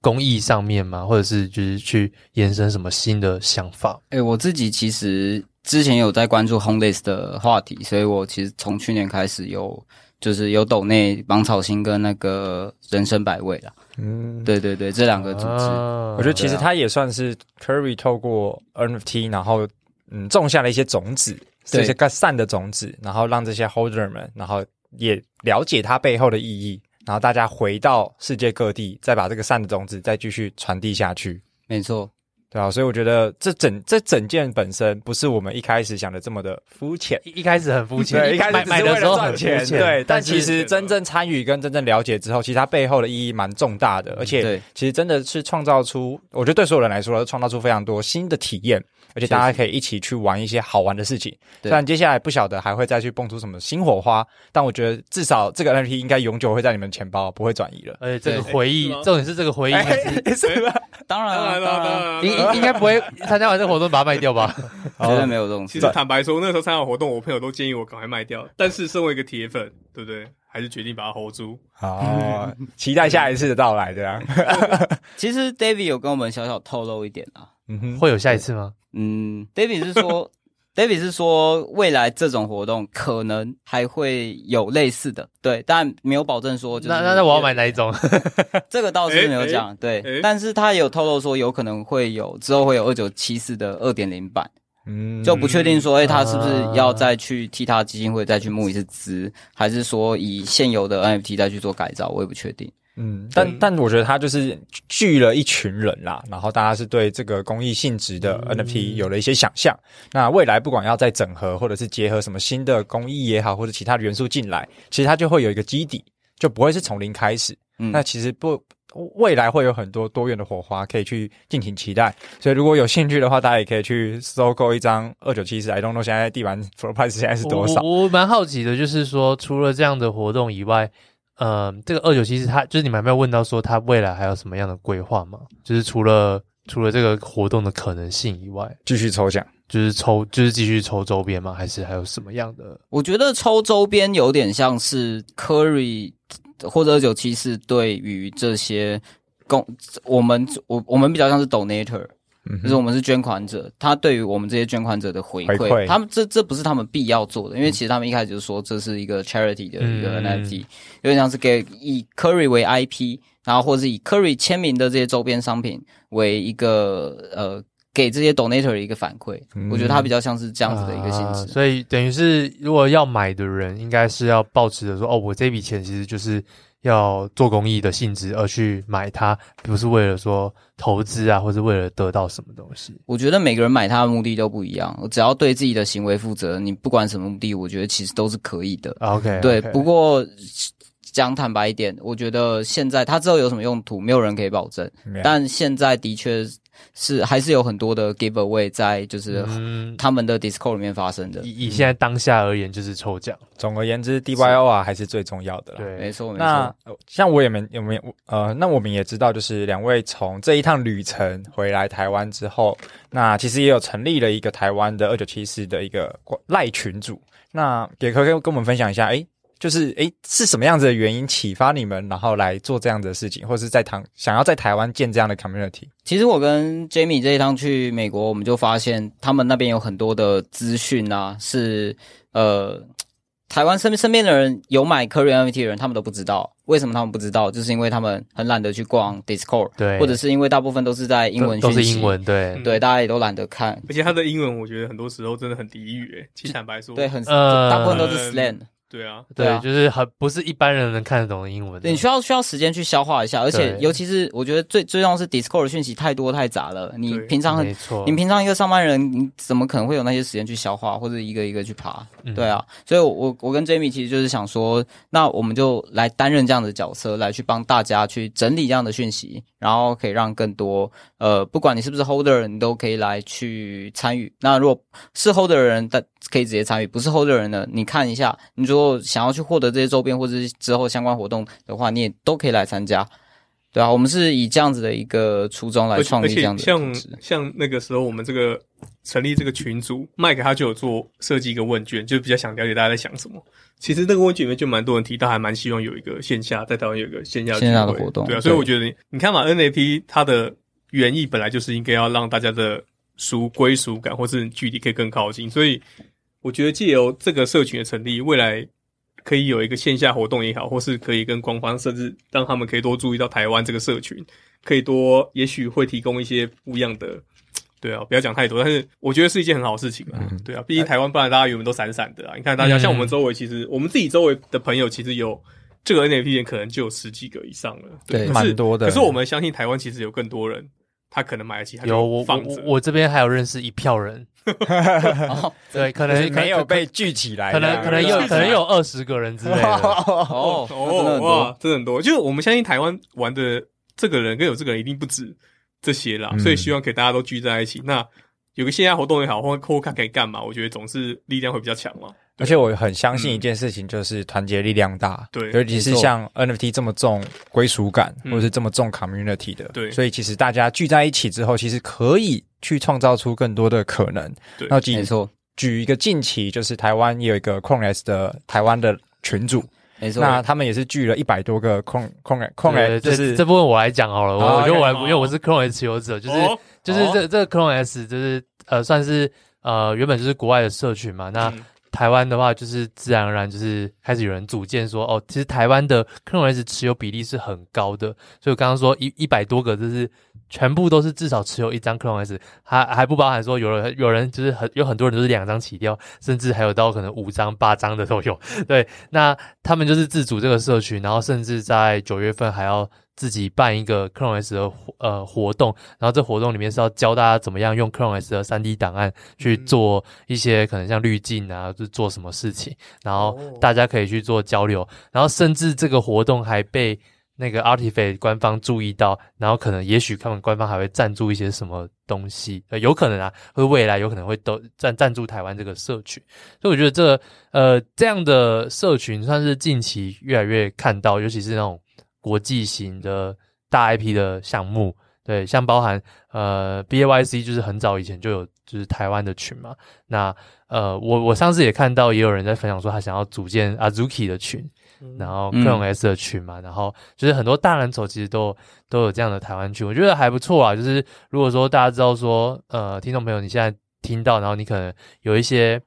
Speaker 2: 公益上面吗？或者是就是去延伸什么新的想法？
Speaker 5: 哎、我自己其实之前有在关注 homeless 的话题，所以我其实从去年开始有就是有抖内芒草心跟那个人生百味啦。
Speaker 3: 嗯，
Speaker 5: 对对对，这两个组织。
Speaker 2: 啊
Speaker 3: 我觉得其实他也算是 Curry 透过 NFT，然后嗯种下了一些种子，
Speaker 5: 对
Speaker 3: 这些个善的种子，然后让这些 holder 们，然后也了解它背后的意义，然后大家回到世界各地，再把这个善的种子再继续传递下去。
Speaker 5: 没错，
Speaker 3: 对啊，所以我觉得这整这整件本身不是我们一开始想的这么的肤浅，
Speaker 2: 一一开始很肤浅，
Speaker 3: 对，一开
Speaker 2: 买
Speaker 3: 始只
Speaker 2: 买
Speaker 3: 是为
Speaker 2: 的
Speaker 3: 了
Speaker 2: 时候很
Speaker 3: 赚
Speaker 2: 肤
Speaker 3: 钱，
Speaker 2: 浅
Speaker 3: 对，但
Speaker 1: 但
Speaker 3: 其
Speaker 1: 是
Speaker 3: 实真正参与跟真正了解之后，其实它背后的意义蛮重大的，而且
Speaker 5: 对
Speaker 3: 其实真的是创造出，我觉得对所有人来说，创造出非常多新的体验，而且大家可以一起去玩一些好玩的事情。虽
Speaker 5: 对
Speaker 3: 然接下来不晓得还会再去蹦出什么新火花，但我觉得至少这个 NFT 应该永久会在你们钱包不会转移 了。
Speaker 2: 而且这个
Speaker 5: 对
Speaker 2: 回忆，
Speaker 1: 是吗
Speaker 2: 重点是这个回
Speaker 4: 哎
Speaker 2: 忆，
Speaker 3: 是吧？
Speaker 5: 当然
Speaker 1: 当
Speaker 5: 啊
Speaker 1: 然了，当然
Speaker 2: 应
Speaker 1: 了。
Speaker 2: 应应该不会参加完这个活动把它卖掉吧？
Speaker 5: 绝对没有这种
Speaker 1: 其
Speaker 5: 事。
Speaker 1: 实坦白说，那时候参加活动，我朋友都建议我赶快卖掉，但是身为一个铁粉，对不对？还是决定把它 hold 住。
Speaker 3: 哦，期待下一次的到来，对啊。
Speaker 5: 其实 David 有跟我们小小透露一点啊，
Speaker 3: 嗯哼，
Speaker 2: 会有下一次吗？
Speaker 5: 嗯，David 是说，David 是说，未来这种活动可能还会有类似的，对，但没有保证说就是。
Speaker 2: 那那那我要买哪一种？
Speaker 5: 这个倒是没有讲，
Speaker 1: 诶
Speaker 5: 对，但是他有透露说，有可能会有之后会有二九七四的二点零版，
Speaker 3: 嗯
Speaker 5: 就不确定说，哎、他是不是要再去替他基金会再去募一次资，还是说以现有的 NFT 再去做改造，我也不确定。
Speaker 3: 嗯，但但我觉得他就是聚了一群人啦，然后大家是对这个公益性质的 NFT 有了一些想象。那未来不管要再整合，或者是结合什么新的公益也好，或者其他的元素进来，其实它就会有一个基底，就不会是从零开始。
Speaker 5: 嗯，
Speaker 3: 那其实不，未来会有很多多元的火花可以去敬请期待。所以如果有兴趣的话，大家也可以去搜购一张二九七四。I don't know 现在地板 floor price 现在是多少？
Speaker 2: 我我我蛮好奇的，就是说除了这样的活动以外，呃，这个二九七是它，就是你们还没有问到说它未来还有什么样的规划吗？就是除了除了这个活动的可能性以外，
Speaker 3: 继续抽奖。
Speaker 2: 就是抽，就是继续抽周边吗？还是还有什么样的？
Speaker 5: 我觉得抽周边有点像是 Curry 或者二九七四对于这些公我们我我们比较像是 donator，、
Speaker 3: 嗯哼
Speaker 5: 就是我们是捐款者，他对于我们这些捐款者的回馈，
Speaker 3: 回馈
Speaker 5: 他们这这不是他们必要做的，因为其实他们一开始就说这是一个 charity 的一个
Speaker 2: 嗯
Speaker 5: NFT，、有点像是给以 Curry 为 IP，然后或是以 Curry 签名的这些周边商品为一个呃。给这些 donator 的一个反馈，
Speaker 3: 嗯
Speaker 5: 我觉得它比较像是这
Speaker 2: 这
Speaker 5: 样子的一个性质。
Speaker 2: 啊所以等于是如果要买的人，应该是要抱持着说，哦，我这笔钱其实就是要做公益的性质而去买它，不是为了说投资啊，或是为了得到什么东 西。
Speaker 5: 我觉得每个人买它的目的都不一样，我只要对自己的行为负责，你不管什么目的，我觉得其实都是可以的。
Speaker 2: 啊 OK，,
Speaker 5: 对，不过讲坦白一点，我觉得现在它之后有什么用途，没有人可以保证。但现在的确是还是有很多的 giveaway 在就是
Speaker 2: 嗯，
Speaker 5: 他们的 Discord 里面发生的。
Speaker 2: 以以现在当下而言，就是抽奖。
Speaker 3: 总而言之，DYO 啊还是最重要的啦。
Speaker 2: 对，
Speaker 5: 没错，没
Speaker 3: 那
Speaker 5: 错，
Speaker 3: 呃像我也没有没有呃，那我们也知道，就是两位从这一趟旅程回来台湾之后，那其实也有成立了一个台湾的二九七四的一个赖群组。那也可以跟跟我们分享一下，诶，就是诶是什么样子的原因启发你们，然后来做这样的事情，或是在台想要在台湾建这样的 community？
Speaker 5: 其实我跟 Jamie 这一趟去美国，我们就发现他们那边有很多的资讯啊，是呃，台湾身身边的人有买 Curry NFT 的人，他们都不知道为什么他们不知道，就是因为他们很懒得去逛 Discord，
Speaker 2: 对
Speaker 5: 或者是因为大部分都是在英文
Speaker 2: 都都是
Speaker 5: 讯息
Speaker 2: 英，文，哎对，
Speaker 5: 对，大家也都懒得看，
Speaker 1: 而且他的英文我觉得很多时候真的很俚语，诶，其实坦白说，
Speaker 5: 对，很
Speaker 2: 呃
Speaker 5: 大部分都是 slang，
Speaker 1: 对啊，
Speaker 5: 对啊
Speaker 2: 就是很不是一般人能看得懂的英文。
Speaker 5: 对你需要需要时间去消化一下，而且
Speaker 2: 对
Speaker 5: 尤其是我觉得最最重要是 Discord 的讯息太多太杂了，你
Speaker 1: 对
Speaker 5: 平常很
Speaker 2: 没错，
Speaker 5: 你平常一个上班人，你怎么可能会有那些时间去消化，或者一个一个去爬？
Speaker 1: 嗯
Speaker 5: 对啊，所以我，我我跟 Jamie 其实就是想说，那我们就来担任这样的角色，来去帮大家去整理这样的讯息，然后可以让更多呃，不管你是不是 Holder，你都可以来去参与。那如果是 Holder 的人，但可以直接参与；不是 Holder 的人呢，你看一下，你如果想要去获得这些周边或者是之后相关活动的话，你也都可以来参加。对啊，我们是以这样子的一个初衷来
Speaker 1: 而且
Speaker 5: 创
Speaker 1: 而
Speaker 5: 立这
Speaker 1: 且
Speaker 5: 样的组
Speaker 1: 像
Speaker 5: 织。
Speaker 1: 像那个时候我们这个成立这个群组，麦克他就有做设计一个问卷，就比较想了解大家在想什么。其实那个问卷里面就蛮多人提到，还蛮希望有一个线下在台湾有一个线下
Speaker 5: 线下的
Speaker 1: 聚会
Speaker 5: 活动
Speaker 1: 对啊，所以
Speaker 5: 对
Speaker 1: 我觉得你你看嘛，NAP 它的原意本来就是应该要让大家的属归属感或是距离可以更靠近，所以我觉得借由这个社群的成立，未来可以有一个线下活动也好，或是可以跟官方，甚至让他们可以多注意到台湾这个社群，可以多，也许会提供一些不一样的。对啊，不要讲太多，但是我觉得是一件很好的事情啊。对啊，毕竟台湾不然大家原本都散散的啊。你看大家、
Speaker 2: 嗯
Speaker 1: 像我们周围，其实我们自己周围的朋友，其实有这个 NFT 人可能就有十几个以上了。
Speaker 5: 对
Speaker 1: 可是
Speaker 3: 蛮多的
Speaker 1: 可是我们相信台湾其实有更多人，他可能买得起，他就
Speaker 2: 有我我
Speaker 1: 放着
Speaker 2: 我。我这边还有认识一票人，
Speaker 5: 哦
Speaker 2: 对，可
Speaker 3: 就
Speaker 2: 能
Speaker 3: 是没有
Speaker 2: 可
Speaker 3: 被聚起来
Speaker 2: 可
Speaker 3: 的，
Speaker 2: 能可能有可能有二十个人之 类的，
Speaker 5: 哦，那真的很多
Speaker 1: 哇，真的很多。就是我们相信台湾玩的这个人跟有这个人一定不止这些啦，
Speaker 3: 嗯
Speaker 1: 所以希望给大家都聚在一起。那有个线下活动也好，或或看可以干嘛，我觉得总是力量会比较强嘛。
Speaker 3: 而且我很相信一件事情，就是团结力量大。
Speaker 1: 嗯对
Speaker 3: 尤其是像 NFT 这么重归属感，
Speaker 1: 嗯
Speaker 3: 或者是这么重 community 的，
Speaker 1: 对
Speaker 3: 所以其实大家聚在一起之后，其实可以去创造出更多的可能。
Speaker 1: 对
Speaker 3: 那
Speaker 5: 没
Speaker 3: 举
Speaker 5: 错，
Speaker 3: 举一个近期，就是台湾也有一个 CoinS 的台湾的群组，
Speaker 5: 没错。
Speaker 3: 那他们也是聚了一百多个 Coin Coin Coin，
Speaker 2: 对，
Speaker 3: 就
Speaker 2: 这
Speaker 3: 是
Speaker 2: 这部分我来讲好了，
Speaker 3: 好
Speaker 2: 我我觉得我还
Speaker 1: 好
Speaker 2: 因为我是 Chrome S 持有者，就是
Speaker 1: 哦
Speaker 2: 就是这这个 Chrome S 就是呃算是呃原本就是国外的社群嘛，那
Speaker 1: 嗯
Speaker 2: 台湾的话就是自然而然就是开始有人组建说哦，其实台湾的 Chrome S 持有比例是很高的，所以我刚刚说一一百多个就是全部都是至少持有一张 Chrome S，还还不包含说有人有人就是很有很多人就是两张起掉，甚至还有到可能五张八张的都有。 对，那他们就是自主这个社群，然后甚至在九月份还要自己办一个 Chrome S 的活呃活动，然后这活动里面是要教大家怎么样用 Chrome S 的 3D 档案去做一些可能像滤镜啊，就做什么事情，然后
Speaker 1: 哦
Speaker 2: 大家可以去做交流，然后甚至这个活动还被。那个 Artifact 官方注意到，然后可能也许他们官方还会赞助一些什么东西，呃，有可能啊，会未来有可能会都赞赞助台湾这个社群，所以我觉得这个呃这样的社群算是近期越来越看到，尤其是那种国际型的大 IP 的项目，对，像包含呃 BAYC 就是很早以前就有就是台湾的群嘛，那呃我我上次也看到也有人在分享说他想要组建 Azuki 的群，然后
Speaker 5: 嗯
Speaker 2: Clone S 的群嘛，然后就是很多大蓝筹其实都都有这样的台湾群，我觉得还不错啊。就是如果说大家知道说，呃，听众朋友你现在听到，然后你可能有一些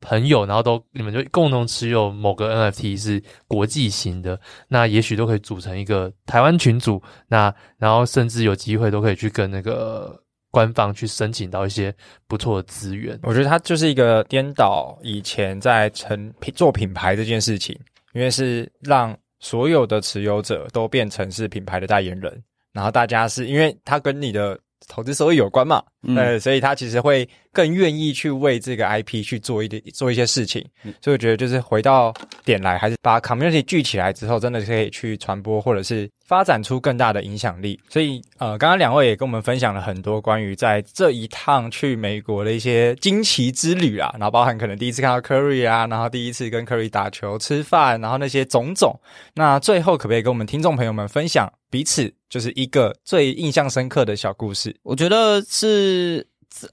Speaker 2: 朋友，然后都你们就共同持有某个 NFT 是国际型的，那也许都可以组成一个台湾群组，那然后甚至有机会都可以去跟那个官方去申请到一些不错的资源。
Speaker 3: 我觉得它就是一个颠倒以前在成品做品牌这件事情，因为是让所有的持有者都变成是品牌的代言人，然后大家是因为它跟你的投资收益有关嘛，
Speaker 5: 嗯
Speaker 3: 呃，所以他其实会更愿意去为这个 IP 去做一点做一些事情，所以我觉得就是回到点来，还是把 community 聚起来之后，真的可以去传播或者是发展出更大的影响力。所以呃，刚刚两位也跟我们分享了很多关于在这一趟去美国的一些惊奇之旅啊，然后包含可能第一次看到 Curry 啊，然后第一次跟 Curry 打球、吃饭，然后那些种种。那最后可不可以跟我们听众朋友们分享彼此就是一个最印象深刻的小故事？
Speaker 5: 我觉得是，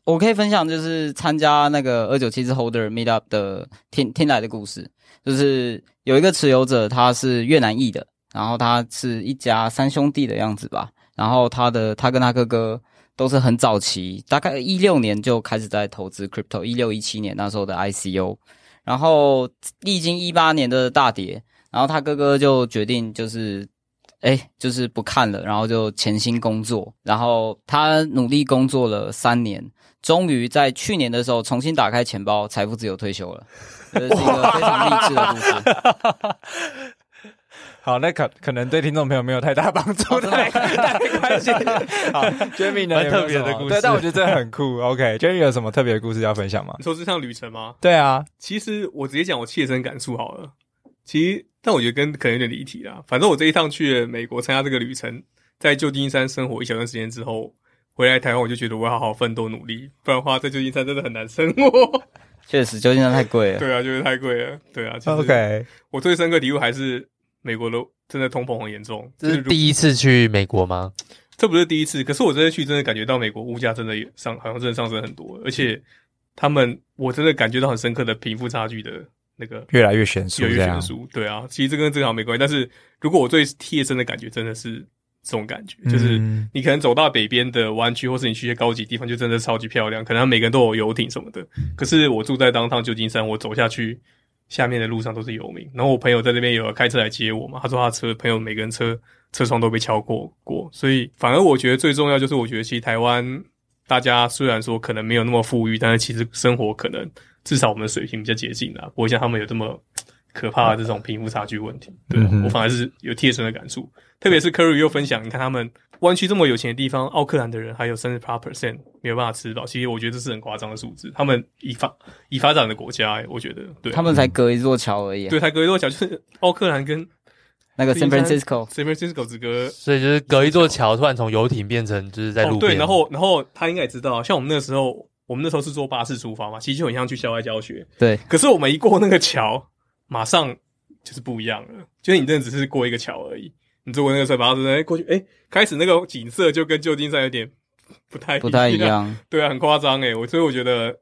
Speaker 5: 我可以分享就是参加那个二九七之 Holder Meetup 的听听来的故事，就是有一个持有者他是越南裔的，然后他是一家三兄弟的样子吧，然后他的他跟他哥哥。都是很早期，大概一六年就开始在投资 crypto，一六一七年那时候的 ICO，然后历经一八年的大跌，然后他哥哥就决定就是，哎，就是不看了，然后就潜心工作，然后他努力工作了三年，终于在去年的时候重新打开钱包，财富自由退休了。这是一个非常励志的 故事。啊
Speaker 3: 好，那可可能对听众朋友没有太大帮助，太太关心。 好，Jamie 呢？
Speaker 2: 蛮
Speaker 3: 有没有
Speaker 2: 特别的
Speaker 3: 什么
Speaker 2: 故事
Speaker 3: 对，但我觉得这很酷。OK，Jamie 有什么特别的故事要分享吗？
Speaker 1: 你说这趟旅程吗？
Speaker 3: 对啊，
Speaker 1: 其实我直接讲我切身感触好了。其实，但我觉得跟可能有点离题啦。反正我这一趟去美国参加这个旅程，在旧金山生活一小段时间之后，回来台湾我就觉得我要好好奋斗努力，不然的话在旧金山真的很难生活。
Speaker 5: 确实，旧金山太贵了。
Speaker 1: 对啊，就是太贵了。对啊其实
Speaker 3: OK，
Speaker 1: 我最深刻体悟还是美国的真的通膨很严重，
Speaker 2: 这是
Speaker 1: 如
Speaker 2: 第一次去美国吗？
Speaker 1: 这不是第一次，可是我真的去，真的感觉到美国物价真的上，好像真的上升很多，而且他们我真的感觉到很深刻的贫富差距的那个
Speaker 3: 越来越悬殊
Speaker 1: 有一
Speaker 3: 这样
Speaker 1: 悬。殊，对啊，其实这跟这个好像没关系，但是如果我最贴身的感觉真的是这种感觉，就是
Speaker 3: 嗯
Speaker 1: 你可能走到北边的湾区，或是你去一些高级地方，就真的超级漂亮，可能每个人都有游艇什么的。可是我住在当趟旧金山，我走下去，下面的路上都是游民，然后我朋友在那边有开车来接我嘛，他说他车朋友每个人车车窗都被敲过过，所以反而我觉得最重要就是，我觉得其实台湾大家虽然说可能没有那么富裕，但是其实生活可能至少我们的水平比较接近啦，不会像他们有这么可怕的这种贫富差距问题。对、
Speaker 3: 嗯哼
Speaker 1: 我反而是有贴身的感触，特别是 Curry 又分享，你看他们湾区这么有钱的地方，奥克兰的人还有三十八 percent 没有办法吃饱，其实我觉得这是很夸张的数字。他们已发已发展的国家、欸我觉得对
Speaker 5: 他。们才隔一座桥而已、啊
Speaker 1: 对，，才隔一座桥，就是奥克兰跟
Speaker 5: 那个
Speaker 1: 旧金
Speaker 5: San
Speaker 1: 山
Speaker 5: Francisco，
Speaker 1: San Francisco 只隔
Speaker 2: 所以就是隔一座桥，突然从游艇变成就是在路
Speaker 1: 哦，对，
Speaker 2: 边，
Speaker 1: 然后然后他应该也知道，像我们那时候，我们那时候是坐巴士出发嘛，其实就很像去校外教学。
Speaker 5: 对，
Speaker 1: 可是我们一过那个桥，马上就是不一样了，就是你真的只是过一个桥而已。你坐过那个车，巴士哎过去，哎，开始那个景色就跟旧金山有点不太
Speaker 5: 不太一，样。
Speaker 1: 对啊，很夸张哎，我所以我觉得，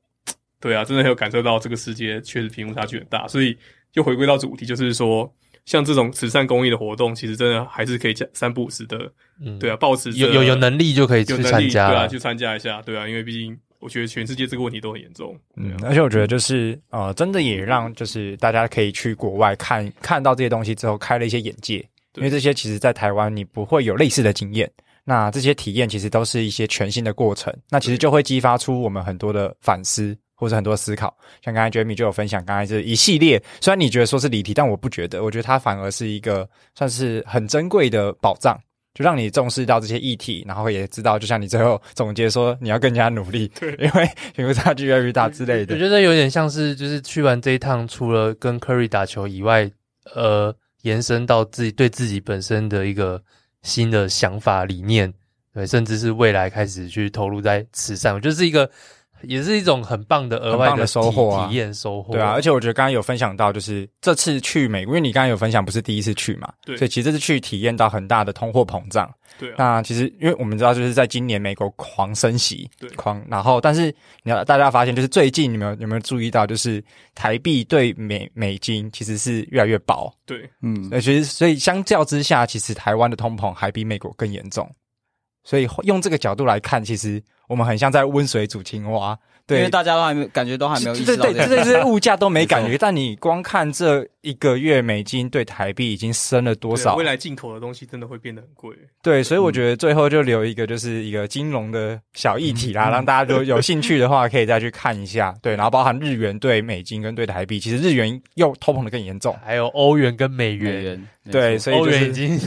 Speaker 1: 对啊，真的很有感受到这个世界确实贫富差距很大，所以就回归到主题，就是说。像这种慈善公益的活动，其实真的还是可以加三不五时的，
Speaker 2: 嗯
Speaker 1: 对啊，保持
Speaker 2: 有有有
Speaker 1: 能。
Speaker 2: 能力就可以
Speaker 1: 有能
Speaker 2: 去参
Speaker 1: 力
Speaker 2: 加
Speaker 1: 对
Speaker 2: 了
Speaker 1: 啊，去参加一下，对啊，因为毕竟我觉得全世界这个问题都很严重，对
Speaker 3: 嗯
Speaker 1: 啊，，
Speaker 3: 而且我觉得就是呃，真的也让就是大家可以去国外看看到这些东西之后，开了一些眼界，
Speaker 1: 对
Speaker 3: 因为这些其实在台湾你不会有类似的经验。那这些体验其实都是一些全新的过程，那其实就会激发出我们很多的反思或者很多思考。像刚才 Jamie 就有分享，刚才这一系列，虽然你觉得说是离题，但我不觉得，我觉得它反而是一个算是很珍贵的宝藏，就让你重视到这些议题，然后也知道，就像你最后总结说，你要更加努力，对，因为贫富差距越来越大之类的
Speaker 2: 我。觉得有点像是，就是去完这一趟，除了跟 Curry 打球以外，呃，延伸到自己对自己本身的一个新的想法、理念，对，甚至是未来开始去投入在慈善，我觉得是一个，也是一种很棒的额
Speaker 3: 很
Speaker 2: 外
Speaker 3: 棒的收
Speaker 2: 体
Speaker 3: 获啊
Speaker 2: 体验收获。
Speaker 3: 对啊，而且我觉得刚刚有分享到，就是这次去美国，因为你刚刚有分享不是第一次去嘛，
Speaker 1: 对
Speaker 3: 所以其实这次去体验到很大的通货膨胀。
Speaker 1: 对啊，
Speaker 3: 那其实因为我们知道，就是在今年美国狂升息，
Speaker 1: 对
Speaker 3: 狂，然后但是你要大家发现，就是最近你们有有没有注意到，就是台币对美美金其实是越来越薄，
Speaker 1: 对，
Speaker 5: 嗯，
Speaker 3: 那其实所以相较之下，其实台湾的通膨还比美国更严重。所以用这个角度来看，其实我们很像在温水煮青蛙，
Speaker 5: 因
Speaker 3: 对
Speaker 5: 为，大家都还没有感觉都啊还没有意识
Speaker 3: 对
Speaker 5: 到
Speaker 3: 对，
Speaker 5: 这
Speaker 3: 对
Speaker 5: 件
Speaker 3: 这
Speaker 5: 事
Speaker 3: 些物价都没感
Speaker 5: 没
Speaker 3: 觉，但你光看这一个月美金对台币已经升了多
Speaker 1: 我
Speaker 3: 少
Speaker 1: 啊未？来进口的东西真的会变得很贵，
Speaker 3: 对，所以
Speaker 5: 嗯
Speaker 3: 我觉得最后就留一个就是一个金融的小议题
Speaker 5: 嗯
Speaker 3: 啦，让大家如果有兴趣的话，可以再去看一下。对，然后包含日元对美金跟对台币，其实日元又通膨的更严重。
Speaker 2: 还有欧元跟美
Speaker 5: 美
Speaker 2: 元，
Speaker 5: 元，
Speaker 3: 对，
Speaker 5: 没错
Speaker 3: 所以
Speaker 2: 欧
Speaker 3: 就
Speaker 2: 元已
Speaker 3: 是
Speaker 2: 经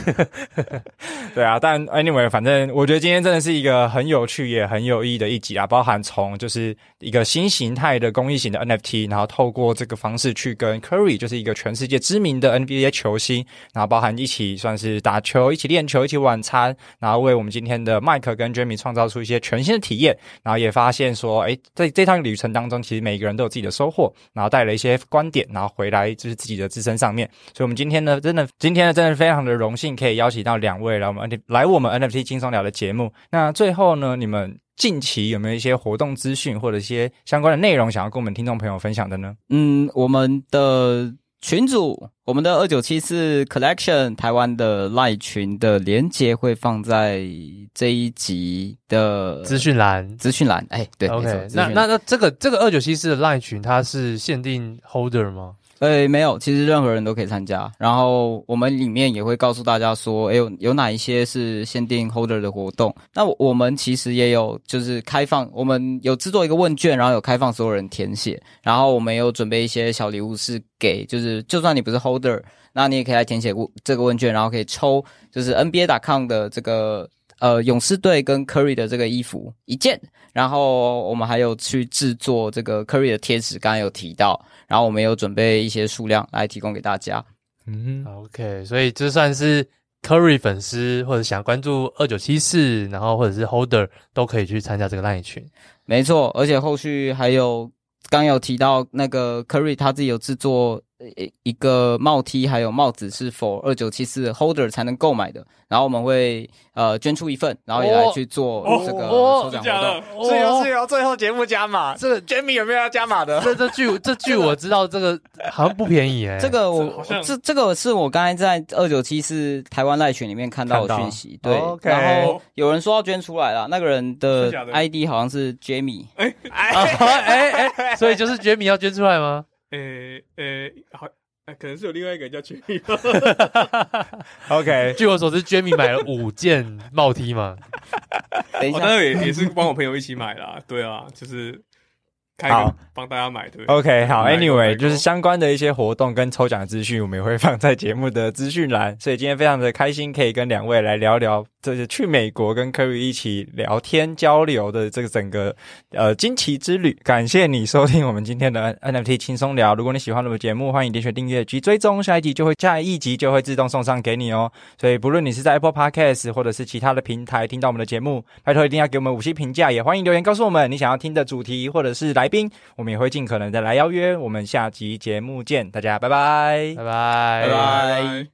Speaker 3: 对啊，但 anyway，反正我觉得今天真的是一个很有趣也很有意义的一集啊，包含从就是一个新形态的公益型的 NFT，然后透过这个方式去跟 Curry，就是一个全世界知名的 NBA 球星，然后包含一起算是打球、一起练球、一起晚餐，然后为我们今天的 Mike 跟 Jamie 创造出一些全新的体验，然后也发现说，哎，在这趟旅程当中，其实每个人都有自己的收获，然后带了一些观点，然后回来就是自己的自身上面。所以，我们今天呢，真的，今天呢，真的非常的荣幸，可以邀请到两位来我们 N- 来我们 NFT 轻松聊的节目。那最后呢，你们近期有没有一些活动资讯或者一些相关的内容想要跟我们听众朋友分享的呢？
Speaker 5: 嗯，我们的群组我们的二九七四 Collection 台湾的赖群的连接会放在这一集的
Speaker 2: 资讯栏。
Speaker 5: 资讯栏。哎，对没错
Speaker 2: OK，
Speaker 5: 资讯
Speaker 2: 那
Speaker 5: 栏
Speaker 2: 那那这个这个二九七四的 line 群，它是限定 holder 吗？
Speaker 5: 呃，没有，其实任何人都可以参加。然后我们里面也会告诉大家说，哎，有有哪一些是限定 holder 的活动。那我我们其实也有就是开放，我们有制作一个问卷，然后有开放所有人填写，然后我们有准备一些小礼物是给，就是就算你不是 holder，那你也可以来填写问这个问卷，然后可以抽就是 NBA.com 的这个。呃，勇士队跟 Curry 的这个衣服一件，然后我们还有去制作这个 Curry 的贴纸，刚刚有提到，然后我们有准备一些数量来提供给大家。
Speaker 3: 嗯，
Speaker 2: 哦啊 OK，所以就算是 Curry 粉丝或者想关注二九七四，然后或者是 Holder 都可以去参加这个 LINE 群。
Speaker 5: 没错，而且后续还有刚有提到那个 Curry 他自己有制作呃一个帽 T，还有帽子是否二九七四 Holder 才能购买的，然后我们会呃捐出一份，然后也来去做这个抽
Speaker 1: 哦
Speaker 5: 奖活
Speaker 1: 假
Speaker 5: 动。
Speaker 1: 的？
Speaker 3: 自由自由，最后节目加码，
Speaker 2: 这个
Speaker 3: Jamie 有没有要加码的？
Speaker 2: 这这句这句我知道，这个好像不便宜哎、
Speaker 5: 这个
Speaker 1: 这好
Speaker 5: 我
Speaker 1: 像
Speaker 5: 这这个是我刚才在二九七是台湾赖群里面看到的
Speaker 3: 看到哦
Speaker 5: 讯息，对。
Speaker 3: OK
Speaker 5: 然
Speaker 2: 哦
Speaker 5: 后有人说要捐出来了，那个人的
Speaker 1: 真假的
Speaker 5: ID 好像是 Jamie，
Speaker 2: 啊哎哎、所以就是杰米要捐出来吗？
Speaker 1: 诶诶，好，呃可能是有另外一个人叫全
Speaker 3: OK，
Speaker 2: 据我所知，杰米买了五件帽 T 嘛，
Speaker 5: 等一
Speaker 1: 我
Speaker 5: 下，
Speaker 1: 哦当然也也是帮我朋友一起买啦，对啊，就是开
Speaker 3: 好
Speaker 1: 个帮大家买，对
Speaker 3: OK，好
Speaker 1: 买过买
Speaker 3: ，Anyway，
Speaker 1: 过
Speaker 3: 就是相关的一些活动跟抽奖的资讯，我们也会放在节目的资讯栏。所以今天非常的开心，可以跟两位来聊聊，这是去美国跟 Curry 一起聊天交流的这个整个呃惊奇之旅。感谢你收听我们今天的 NFT 轻松聊。如果你喜欢我们的节目，欢迎点选订阅及追踪，下一集就会下一集就会自动送上给你哦。所以不论你是在 Apple Podcast 或者是其他的平台听到我们的节目，拜托一定要给我们五星评价，也欢迎留言告诉我们你想要听的主题或者是来宾，我们也会尽可能的来邀约。我们下集节目见，大家拜拜
Speaker 2: 拜。
Speaker 5: 拜拜。